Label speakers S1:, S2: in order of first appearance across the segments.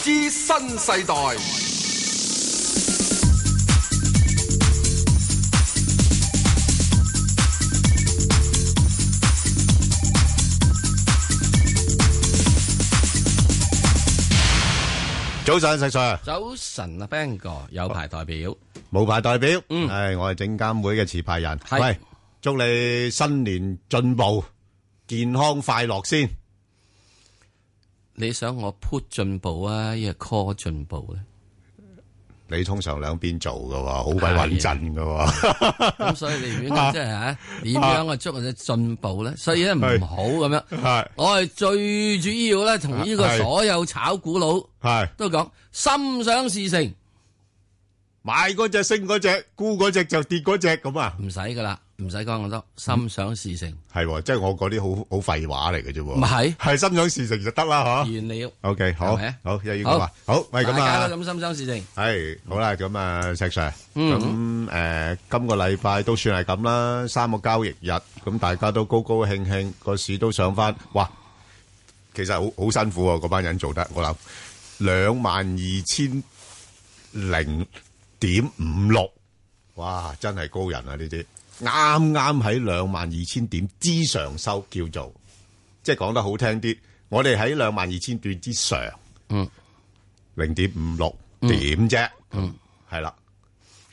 S1: 資新世代。
S2: 早晨，石Sir。
S3: 早晨啊，Bang 哥有排代表，
S2: 無牌代表。
S3: 嗯。
S2: 唉，我係證監會嘅持牌人。
S3: 係。
S2: 喂，祝你新年進步，健康快樂先。
S3: 你想我 put 進步啊，亦係 call 進步 咧？
S2: 你通常兩邊做嘅喎，好鬼穩陣嘅喎。
S3: 咁所以
S2: 啊
S3: 你如果即係吓點樣啊，捉我哋進步咧？所以咧唔好咁樣。
S2: 係啊
S3: 我係最主要咧，同呢個
S2: 係
S3: 所有炒股佬
S2: 係
S3: 都講心想事成，
S2: 買嗰只升嗰只，沽嗰只就跌嗰只咁啊。
S3: 唔使噶啦，唔使講咁多，心想事成
S2: 係喎，即係我嗰啲好好廢話嚟嘅啫喎。
S3: 咪係
S2: 係心想事成就得啦，嗬。
S3: 完了。
S2: OK，好
S3: 係咪啊，
S2: 好，又要咁啊。好，喂，嗯啊咁
S3: 大
S2: 啊
S3: 家。都咁心想事成，
S2: 系好啦，咁啊，石 Sir，
S3: 嗯
S2: 咁诶，今個禮拜都算係咁啦，三個交易日，咁大家都高高興興，個市都上翻，哇！其實好好辛苦喎，嗰班人做得，我諗兩萬二千零點五六，哇！真係高人啊，呢啲啱啱喺兩萬二千點之上收，叫做即係講得好聽啲，我哋喺兩萬二千點之上。
S3: 嗯，
S2: 零點五六點啫，
S3: 嗯
S2: 係啦，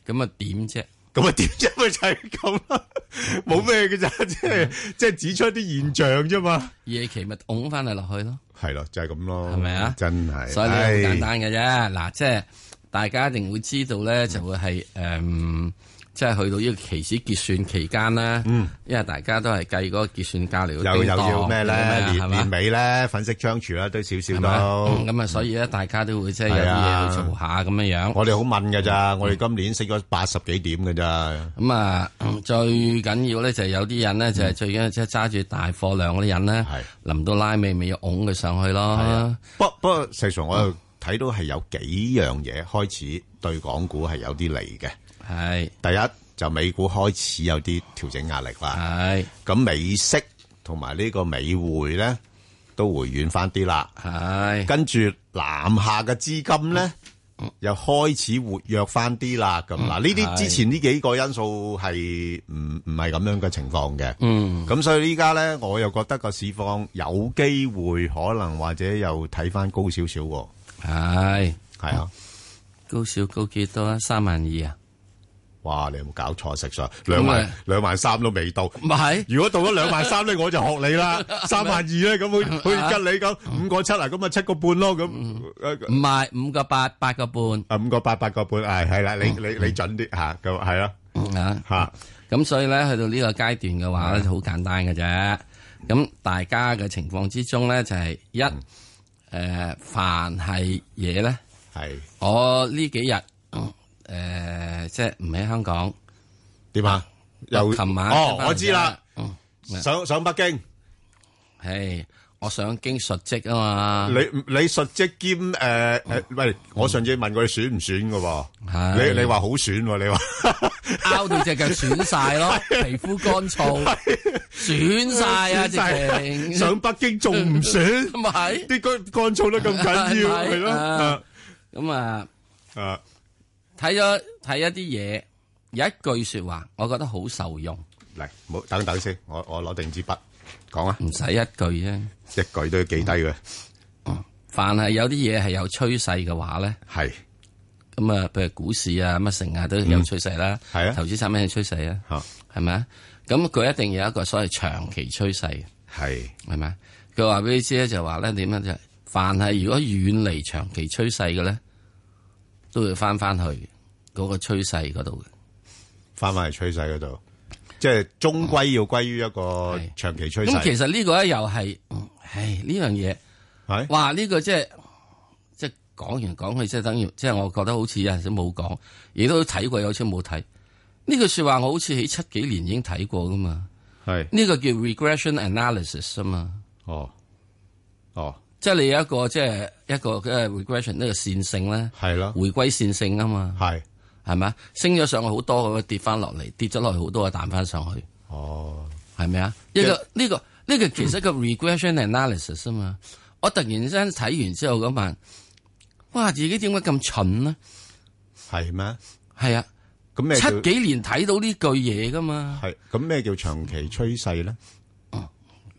S3: 咁啊點啫？
S2: 咁啊點啫咪就係咁啦，
S3: 嗯
S2: 冇咩嘅咋，即係即係指出啲現象啫嘛，
S3: 夜期咪拱翻嚟落去咯。
S2: 係咯，就係咁咯，
S3: 係咪啊
S2: 真係，
S3: 所以呢好
S2: 唉
S3: 簡單嘅啫。嗱，即係大家一定會知道咧，就會係誒、嗯即係去到呢個期指結算期間啦。嗯，因為大家都係計嗰個結算價嚟到
S2: 又
S3: 叮
S2: 又
S3: 噹
S2: 要咩咧？
S3: 咁樣
S2: 年
S3: 係
S2: 年
S3: 嘛？
S2: 尾咧，粉飾櫥窗啦，都少少
S3: 啊係嘛
S2: 都
S3: 嗯。咁啊，所以咧，大家都會即係有
S2: 係
S3: 啲
S2: 啊
S3: 嘢去做下咁樣樣。
S2: 我哋好問㗎咋，我哋今年升咗八十幾點㗎咋，
S3: 咁啊，嗯最緊要咧就係有啲人咧，就係最緊要即係揸住大貨量嗰啲人咧
S2: 嗯係，
S3: 臨到拉尾咪要拱佢上去咯。
S2: 不不過實際上我
S3: 嗯
S2: 又睇到係有幾樣嘢開始對港股係有啲利嘅。
S3: 係
S2: 第一就美股開始有啲調整壓力啦。
S3: 係
S2: 咁美息同埋呢個美匯咧都回軟翻啲啦，
S3: 係
S2: 跟住南下嘅資金咧又開始活躍翻啲啦。咁嗱，呢啲
S3: 嗯係
S2: 之前呢幾個因素係唔唔係咁樣嘅情況嘅。
S3: 嗯
S2: 咁所以依家咧，我又覺得個市況有機會可能或者又睇翻高少少喎。
S3: 係
S2: 係
S3: 嗯
S2: 啊，
S3: 高少高幾多啊？三萬二啊？
S2: 哇！你有冇搞錯食上兩萬
S3: 咁啊
S2: 兩萬三都未到。
S3: 唔係。
S2: 如果到咗兩萬三咧，我就學你啦，三萬二咧，咁好好似跟你咁，五個七啊，咁啊七個半咯，咁
S3: 唔係五個八，八個半
S2: 啊五個八八個半，係係啦，你你你準啲吓，咁係啦
S3: 啊！
S2: 吓，
S3: 咁所以咧，去到呢個階段嘅話咧，就好簡單嘅啫。咁大家嘅情況之中咧，就係、一誒、呃凡係嘢咧，
S2: 係
S3: 我呢幾日誒、呃即係唔喺香港，
S2: 點啊？又
S3: 琴晚
S2: 哦
S3: 翻，嚟
S2: 我知啦，
S3: 啫，嗯
S2: 上上北京，
S3: 係我想經述職啊嘛，
S2: 你你述職兼诶诶，喂，我上次問過你選唔選嘅喎，
S3: 係
S2: 你你話好選喎，你話
S3: 拗到只腳損晒 咯，皮膚乾燥，啊損 晒啊，直情
S2: 上北京仲唔 選？
S3: 咪係
S2: 啲乾乾燥得咁緊要，
S3: 係咪
S2: 係咯
S3: 啊
S2: 啊
S3: 咁啊！
S2: 啊
S3: 睇咗睇一啲嘢，有一句说話，我覺得好受用，
S2: 嚟，唔好等等先，我我攞定支筆講啊。
S3: 唔使一句啫。
S2: 一句都要記低嘅，
S3: 凡係有啲嘢係有趨勢嘅話咧，
S2: 係
S3: 咁啊，譬如股市啊、乜成啊都有趨勢啦，
S2: 嗯係啊
S3: 投資產品嘅趨勢啊，
S2: 嚇
S3: 係咪啊？咁佢一定有一個所謂長期趨勢，
S2: 係
S3: 係咪啊？佢話俾你知咧，就話咧點樣就係凡係如果遠離長期趨勢嘅咧，都會翻翻去嗰個趨勢嗰度嘅。
S2: 翻返去趨勢嗰度，即係終歸要歸於一個
S3: 係
S2: 長期趨
S3: 咁其
S2: 勢，
S3: 實呢個咧又係，嗯唉呢樣嘢。
S2: 係
S3: 哇！呢、個即係即係講完講去，即係等於即係我覺得好似有陣時冇講，亦都睇過，有次冇睇。呢句説話我好似喺七幾年已經睇過噶嘛。
S2: 係
S3: 呢、個叫 regression analysis 啊嘛，
S2: 哦哦
S3: 即係你有一個即係一個嘅 regression 呢個線性咧，
S2: 係咯，
S3: 回歸線性啊嘛，
S2: 係
S3: 係咪啊？升咗上去好多，咁跌翻落嚟，跌咗落去好多，彈翻上去，
S2: 哦
S3: 係咪啊？一個呢、個呢、個
S2: 嗯
S3: 其實一個 regression analysis 啊嘛。我突然之間睇完之後咁問，哇！自己點解咁蠢呢？
S2: 係咩？
S3: 係啊，
S2: 咁咩叫
S3: 七幾年睇到呢句嘢噶嘛？
S2: 係咁咩叫長期趨勢咧？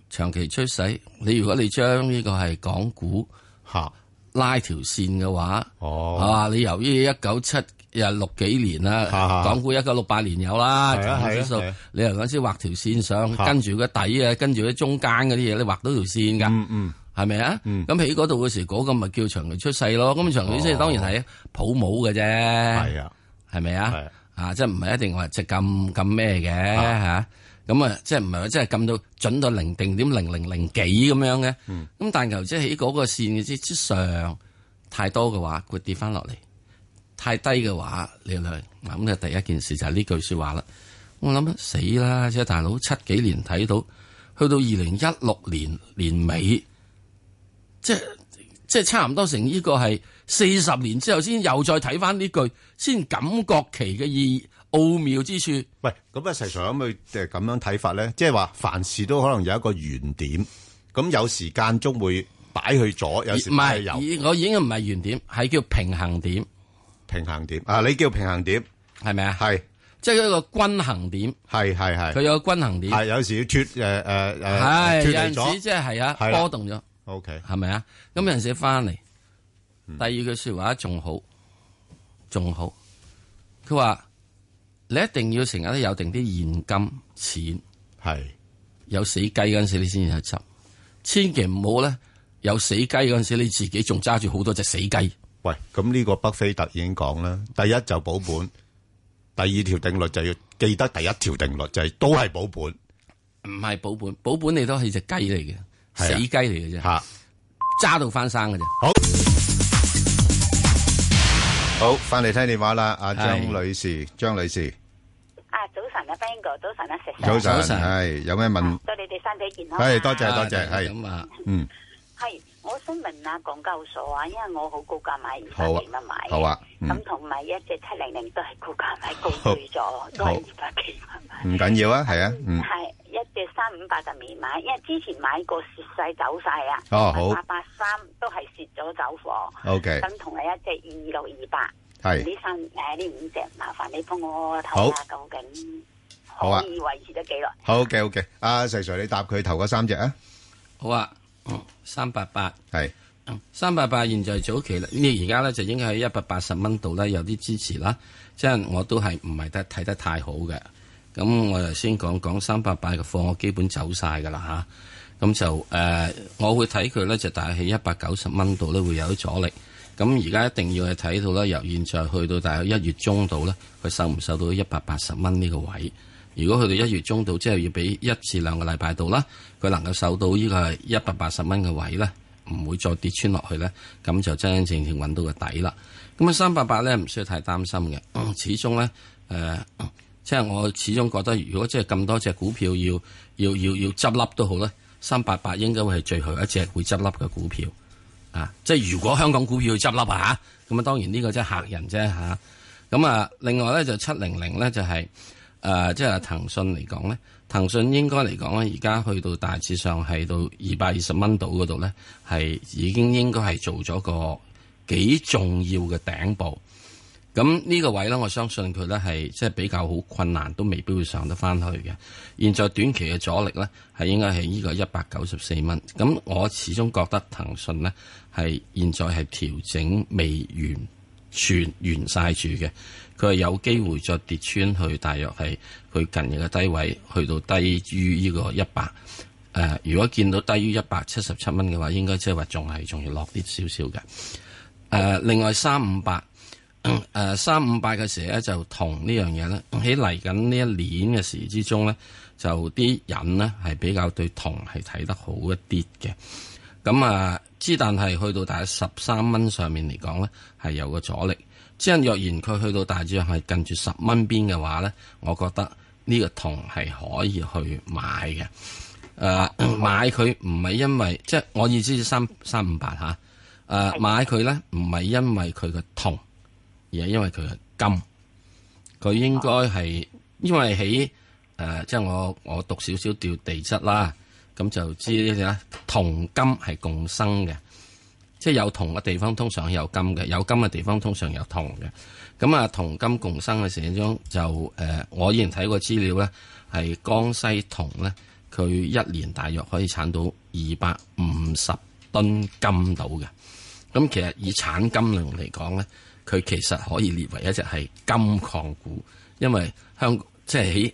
S3: 長期趨勢，你如果你將呢個係港股
S2: 吓
S3: 拉條線嘅話，
S2: 哦，
S3: 啊，你由於一九七又六幾年啦
S2: 啊啊，
S3: 港股一九六八年有啦，
S2: 係啊
S3: 長指
S2: 係啊
S3: 數
S2: 係啊，
S3: 你由嗰陣時畫條線上，
S2: 啊
S3: 跟住個底啊，跟住啲中間嗰啲嘢，你畫到條線㗎。
S2: 嗯嗯，
S3: 係咪啊？
S2: 嗯
S3: 咁喺嗰度嘅時，嗰個咪叫長期出世咯。咁長期出世
S2: 哦
S3: 當然係泡沫嘅啫，
S2: 係啊，
S3: 係咪
S2: 係
S3: 啊？
S2: 啊
S3: 啊，即係唔係一定話即係咁咁咩嘅嚇？咁啊，即係唔係話即係撳到準到零定點零零零幾咁樣嘅？咁但求即係喺嗰個線之之上太多嘅話，佢跌翻落嚟；太低嘅話，你嚟嗱咁就第一件事就係呢句説話啦。我諗死啦，即係大佬七幾年睇到，去到二零一六年年尾，即係即係差唔多成呢個係四十年之後，先又再睇翻呢句，先感覺其嘅意義奧妙之處。
S2: 喂，咁啊，實上咁佢誒咁樣睇法咧，即係話凡事都可能有一個原點，咁有時間中會擺去左，有時
S3: 唔
S2: 擺去右，
S3: 係，我已經唔係原點，係叫平衡點，
S2: 平衡點啊，你叫平衡點，
S3: 係咪啊？
S2: 係
S3: 即係一個均衡點，
S2: 係係係。
S3: 佢有個均衡點，
S2: 系有時要脱诶诶
S3: 係
S2: 诶
S3: 有
S2: 脱離
S3: 陣時
S2: 咗。
S3: 即係係啊
S2: 係啦
S3: 波動咗，
S2: O K，
S3: 係咪啊？咁有陣時翻嚟，
S2: 嗯
S3: 第二句説話仲好，仲好。佢話你一定要成日都有定啲現金錢。
S2: 係
S3: 有死雞嗰陣時，你先至去執。千祈唔好咧，有死雞嗰陣時，你自己仲揸住好多隻死雞。
S2: 喂，咁呢個北非特已經講啦，第一就保本，第二條定律就要記得第一條定律就係都係保本
S3: 唔係保本，保本你都係隻雞嚟
S2: 係
S3: 嘅，
S2: 啊
S3: 死雞嚟嘅啫，
S2: 吓。
S3: 揸到翻生嘅啫。
S2: 好，翻嚟聽電話啦，阿張
S3: 係
S2: 女士，張女士，
S1: 啊，早晨啊，Bang 哥，早晨啊，石
S2: 早
S1: Sir
S2: 晨，
S3: 早晨
S2: 係有咩問？
S1: 祝你哋身體健康啊。
S2: 係多謝多謝，
S3: 啊
S2: 係
S3: 咁啊，
S2: 嗯
S1: 係，我想問下港交所啊，因為我好高價買，二
S2: 好啊
S1: 百幾蚊買。
S2: 好。啊，嗯
S1: 咁同埋一隻七零零都係高價買，高追咗，都係二百幾蚊
S2: 唔
S1: 買。
S2: 緊要啊，係啊，嗯
S1: 係一隻三五八就未買，因為之前買過蝕晒走晒啊。
S2: 哦好
S1: 八八三都係蝕咗走貨。
S2: ，O K，
S1: 咁同埋一隻二六二八，
S2: 係
S1: 呢三誒呢五隻，麻煩你幫我
S2: 好
S1: 睇下究竟
S2: 好啊
S1: 可以維持得幾耐？
S2: 好嘅，好嘅，阿石 Sir 你答佢頭嗰三隻啊，
S3: 好啊，三八八，
S2: 係
S3: 嗯三八八現在早期啦，呢而家咧就應該喺一百八十蚊度咧有啲支持啦。即係我都係唔係得睇得太好嘅。咁我頭先講講三八八嘅貨，我基本走晒㗎啦吓，咁就誒、呃我會睇佢咧就大概喺一百九十蚊度咧會有啲阻力。咁而家一定要係睇到咧，由現在去到大概一月中度咧，佢受唔受到一百八十蚊呢個位？如果去到一月中度，即係要俾一至兩個禮拜度啦，佢能夠受到呢個係一百八十蚊嘅位咧，唔會再跌穿落去咧，咁就真真正正揾到個底啦。咁啊，三八八咧唔需要太擔心嘅，嗯始終咧誒。呃即係我始終覺得，如果即係咁多隻股票要要要要執笠都好咧，三八八應該會係最後一隻會執笠嘅股票啊！即係如果香港股票要執笠啊嚇，咁啊當然呢個真係嚇人啫嚇。咁啊，另外咧就七零零咧就係、誒，即係騰訊嚟講咧，騰訊應該嚟講咧，而家去到大致上係到二百二十蚊度嗰度咧，係已經應該係做咗個幾重要嘅頂部。咁呢個位咧，我相信佢咧係即係比較好困難，都未必會上得翻去嘅。現在短期嘅阻力咧，係應該係呢個一百九十四蚊。咁我始終覺得騰訊咧係現在係調整未完全完晒住嘅，佢係有機會再跌穿去，大約係佢近日嘅低位去到低於呢個一百。誒，呃如果見到低於一百七十七蚊嘅話，應該即係話仲係仲要落啲少少嘅。誒、呃另外三五八。 誒三五八嘅時咧，就同呢樣嘢咧，喺嚟緊呢一年嘅時之中咧，就啲人咧係比較對銅係睇得好一啲嘅。咁啊，之但係去到大概十三蚊上面嚟講咧，係有個阻力。之若然佢去到大致係近住十蚊邊嘅話咧，我覺得呢個銅係可以去買嘅。誒、呃買佢唔係因為即係我意思三三五八嚇，誒、買佢咧唔係因為佢嘅銅。而係因為佢係金，佢應該係因為喺誒、呃即係我我讀少少調地質啦，咁就知呢隻啦，銅金係共生嘅，即係有銅嘅地方通常有金嘅，有金嘅地方通常有銅嘅。咁啊，銅金共生嘅時中就誒、呃我以前睇過資料咧，係江西銅咧，佢一年大約可以產到二百五十噸金到嘅。咁其實以產金量嚟講咧，佢其實可以列為一隻係金礦股，因為香即係喺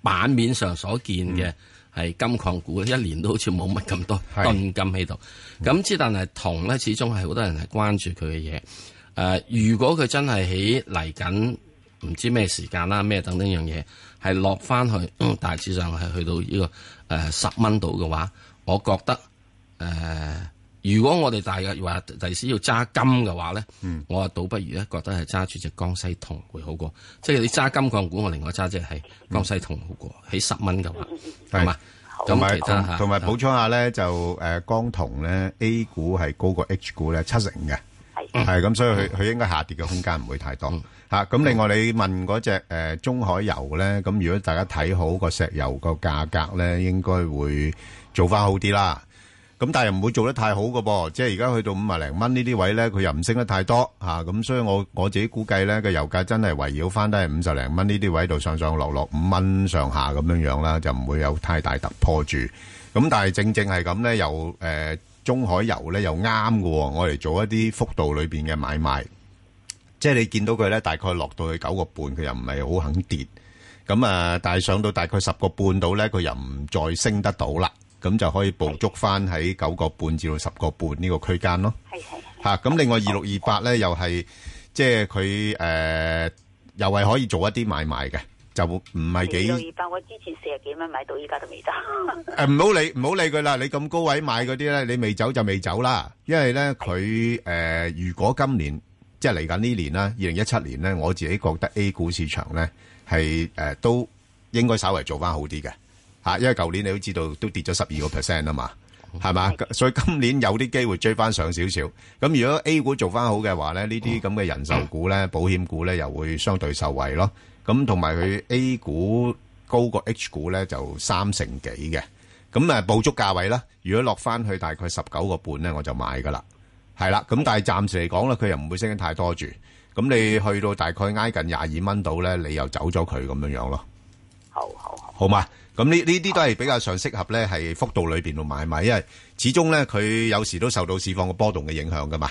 S3: 版面上所見嘅係金礦股，一年都好似冇乜咁多
S2: 係
S3: 噸金喺度。咁之但係銅咧，始終係好多人係關注佢嘅嘢。誒、如果佢真係喺嚟緊唔知咩時間啦，咩等等樣嘢係落翻去，嗯大致上係去到呢、個誒十蚊度嘅話，我覺得誒。呃如果我哋大約話第時要揸金嘅話咧，
S2: 嗯
S3: 我啊倒不如咧覺得係揸住只江西銅會好過，即係你揸金礦股，我另外揸只係
S2: 嗯
S3: 江西銅好過，喺十蚊嘅話，係嘛？
S2: 同埋
S3: 咁其他
S2: 同
S3: 嚇
S2: 同埋補充下咧，就诶江銅咧 A 股係高過 H 股咧七成嘅，
S1: 係
S2: 係咁，所以佢佢應該下跌嘅空間唔會太多吓。咁另外你問嗰只诶中海油咧，咁如果大家睇好個石油個價格咧，應該會做翻好啲啦。咁但係又唔會做得太好嘅噃，即係而家去到五啊零蚊呢啲位咧，佢又唔升得太多嚇，咁、所以我我自己估計咧，個油價真係圍繞翻都係五十零蚊呢啲位度上上落落五蚊上下咁樣樣啦，就唔會有太大突破住。咁但係正正係咁咧，又誒、呃中海油咧又啱嘅喎，我嚟做一啲幅度裏邊嘅買賣，即係你見到佢咧大概落到去九個半，佢又唔係好肯跌。咁啊，但係上到大概十個半度咧，佢又唔再升得到啦，咁就可以捕捉翻喺九個半至到十個半呢個區間咯。
S1: 係係
S2: 吓，咁另外二六二八咧又係即係佢诶，又係可以做一啲買賣嘅，就唔係
S1: 係，二
S2: 幾
S1: 六二八我之前四十幾蚊買到，依家都 未得。
S2: 诶，唔好理唔好理佢啦。你咁高位買嗰啲咧，你未走就未走啦，因為咧佢诶，如果今年即係嚟緊呢年啦，二零一七年咧，我自己覺得 A 股市場咧係诶都應該稍微做翻好啲嘅吓，因為舊年你都知道都跌咗十二個 percent 啊嘛。係嘛？所以今年有啲機會追翻上少少。咁如果 A 股做翻好嘅話咧，呢啲咁嘅人壽股咧、保險股咧，又會相對受惠咯。咁同埋佢 A 股高過 H 股咧，就三成幾嘅。咁誒，捕捉價位啦。如果落翻去大概十九個半咧，我就買噶啦。係啦，咁但係暫時嚟講咧，佢又唔會升得太多住。咁你去到大概挨近廿二蚊度咧，你又走咗佢咁樣樣咯。
S1: 好好好，
S2: 好嘛？咁呢呢啲都係比較上適合咧，係幅度裏邊度買賣，因為始終咧佢有時都受到市況嘅波動嘅影響噶嘛，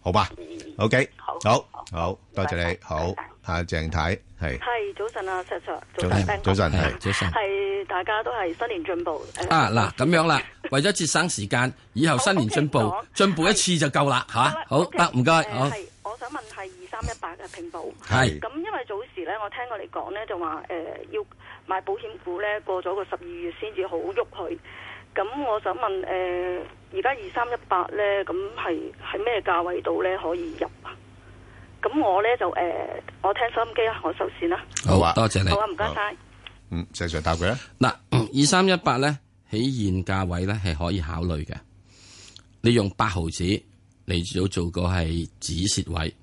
S2: 好嘛？OK，
S1: 好
S2: 好
S1: 好
S2: 好，多謝你，好啊，鄭太係
S4: 系早晨啊，石 Sir，
S2: 早晨，早晨係
S3: 係早晨
S4: 系大家都系新年進步。誒
S3: 啊嗱，咁樣啦，為咗節省時間，以後新年進步
S4: 好，
S3: 進步一次就夠啦吓，
S4: 啦
S3: 啊好
S4: 啊 OK，
S3: 得，唔該，
S4: 誒
S3: 好
S4: 係我想問係二三一八嘅平保。
S3: 係
S4: 咁因為早時咧，我聽過你講咧，就話誒、要買保險股咧，過咗個十二月先至好喐佢。咁我想問誒，呃而家二三一八咧，咁係喺咩價位度咧可以入啊？咁我咧就誒、呃我聽收音機啊，我收線啦。
S2: 好啊
S3: 好多謝你
S4: 好。啊，唔該晒。
S2: 嗯，石 Sir 答佢啊，
S3: 嗱，二三一八咧喺現價位咧係可以考慮嘅。你用八毫子嚟做做個係止蝕位，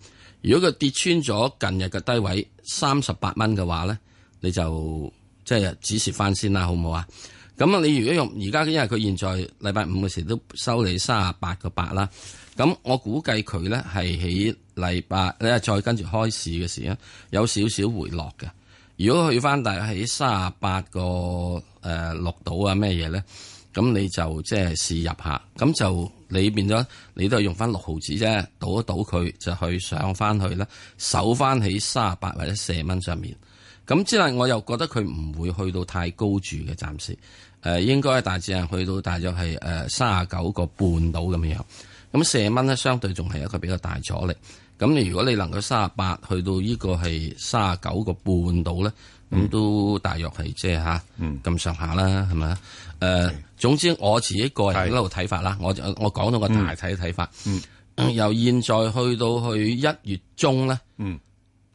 S3: 如果佢跌穿咗近日嘅低位三十八蚊嘅話咧，你就即係止蝕翻先啦，好唔好啊？咁啊，你如果用而家，因為佢現在禮拜五嘅時都收你三十八個八啦，咁我估計佢咧係喺禮拜咧再跟住開市嘅時咧有少少回落嘅。如果去翻大約喺三十八個誒六度啊咩嘢咧，咁你就即係試入下，咁就你變咗你都係用翻六毫子啫，賭一賭佢就去上翻去啦，守翻喺三十八或者四蚊上面。咁之但我又覺得佢唔會去到太高住嘅，暫時誒、呃、應該大致係去到大約係誒三十九個半到咁樣。咁四蚊咧，相對仲係一個比較大阻力。咁你如果你能夠三十八去到呢個係三十九個半到咧，咁都大約係即係吓咁上下啦，係咪啊？誒，總之我自己個人一路睇法啦，我就我講到個大體睇法。 由現在去到去一月中咧，
S2: 嗯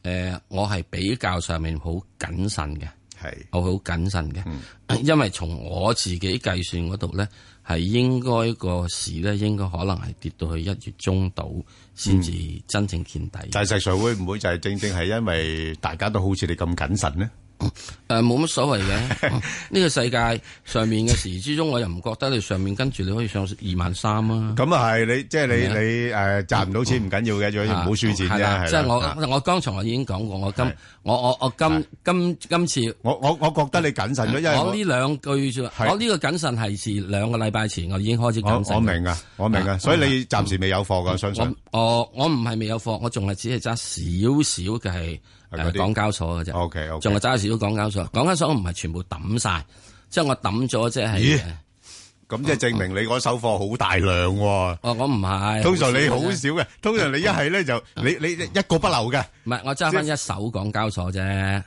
S3: 誒，我係比較上面好謹慎嘅。
S2: 係
S3: 我好謹慎嘅，
S2: 嗯
S3: 因為從我自己計算嗰度咧，係應該個市咧應該可能係跌到去一月中度先至
S2: 嗯
S3: 真正見底。
S2: 但係石 Sir 會唔會就係正正係因為大家都好似你咁謹慎咧？
S3: 诶，呃冇乜所謂 嘅。嗯呢個世界上面嘅時之中，我又唔覺得你上面跟住你可以上二萬三啊。
S2: 咁啊係，你-即係你-
S3: 係啊。
S2: 你，誒，賺唔到錢唔緊要嘅，最緊要唔好輸錢啫，
S3: 啊係啦
S2: 係啦，
S3: 即係
S2: 啊。
S3: 我我剛才我已經講過，我今
S2: 係
S3: 我我我
S2: 係
S3: 今今今次
S2: 我-我-我覺得你謹慎咗，因為
S3: 我
S2: 我-
S3: 呢兩句啫，
S2: 係
S3: 我呢個謹慎係自兩個禮拜前我已經開始
S2: 我-
S3: 謹慎。
S2: 我明啊，我明啊，
S3: 啊，
S2: 所以你暫時未有貨㗎，相信。
S3: 我我我唔係未有貨，我仲係只係揸少少嘅係
S2: 係嗰啲哦
S3: 誒港交所嘅啫。
S2: OK，OK。
S3: 仲係揸少少港交所，港交所我唔係全部抌晒，即係我抌咗即係
S2: 咦，咁即係證明你嗰手貨好大量喎。
S3: 我我唔係。少
S2: 通
S3: 啫
S2: 常你好少嘅，通常你一係呢就-你-你-一個不留嘅。
S3: 唔係我揸翻一手港交所啫，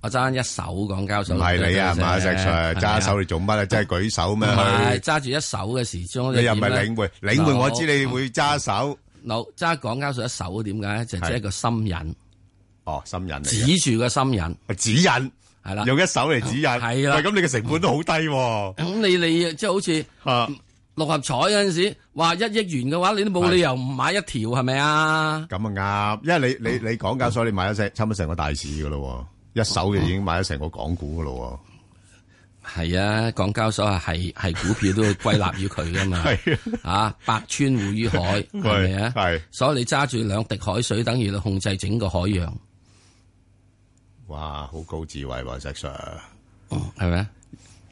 S3: 我揸翻一手港交所。
S2: 唔係你啊，係嘛，
S3: 啫
S2: 石Sir，揸。
S3: 係啊
S2: 手嚟做乜啊？真係舉手咩？
S3: 唔係揸住一手嘅時鐘，
S2: 你又唔係
S3: 點咧
S2: 領匯，領匯我
S3: 嗱
S2: 知你會揸手。
S3: 冇揸港交所一手點解？就即係一個心癮，
S2: 哦，心癮嚟嘅。
S3: 指住個心癮
S2: 指引。
S3: 係啦。
S2: 用一手嚟指引。
S3: 係啦。
S2: 喂，咁你嘅成本都好低喎。
S3: 咁你你即係好似六合彩嗰陣時，話一億元嘅話，你都冇
S2: 係
S3: 理由唔買一條係咪啊？
S2: 咁啊啱，因為你-你-你港交所你買咗成-差唔多成個大市㗎喇喎，一手就已經買咗成個港股㗎喇喎。
S3: 係啊，港交所係係係股票都要歸納於佢噶 嘛。啊，百川匯於 海，係咪啊？
S2: 係
S3: 所以你揸住兩滴海水，等於你控制整個海洋，
S2: 係。哇，好高智慧喎，石Sir。一滴一-
S3: 係咪啊？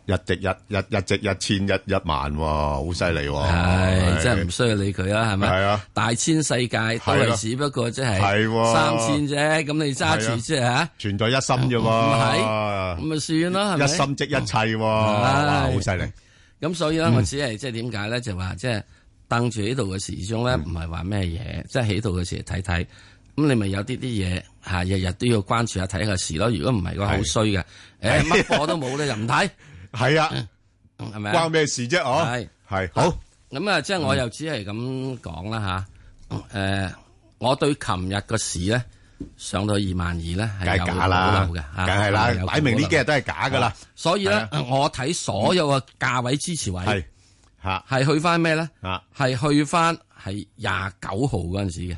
S2: 一-一隻一千，一-一萬喎，好犀利喎。
S3: 唉，哦真係唔需要理佢啦，係咪？
S2: 係啊
S3: 大千世界都
S2: 係
S3: 係
S2: 咯
S3: 只不過即係
S2: 係喎
S3: 三千啫，咁你揸
S2: 係啊
S3: 住即係吓，
S2: 存在一心啫喎。
S3: 咁咪算啦，係咪？
S2: 一心即一切喎，
S3: 唉。
S2: 哇，好犀利。
S3: 咁所以
S2: 嗯
S3: 咧，我只係即係點解咧，就話即係蹬住喺度嘅時鐘咧，唔
S2: 嗯
S3: 係話咩嘢，即係喺度嘅時睇睇。咁你咪有啲啲嘢嚇，日日都要關注下睇下時咯。如果唔係嘅話，好
S2: 係
S3: 衰 嘅。誒乜貨都冇咧，就唔睇，
S2: 係啊，
S3: 係咪 啊？
S2: 關咩事啫，哦？
S3: 係。
S2: 係，好。
S3: 咁啊，即係我又只係咁講啦吓，誒、我對琴日個市咧上到二萬二咧係有保
S2: 梗係假啦，
S3: 留嘅嚇，
S2: 梗係啦，
S3: 係有保留嘅。
S2: 擺明呢幾日都係假㗎啦。
S3: 所以
S2: 係
S3: 咧
S2: 啊，
S3: 我睇所有嘅價位支持位
S2: 係，嚇，
S3: 係去翻咩咧？
S2: 啊
S3: 係去翻係廿九號嗰陣時嘅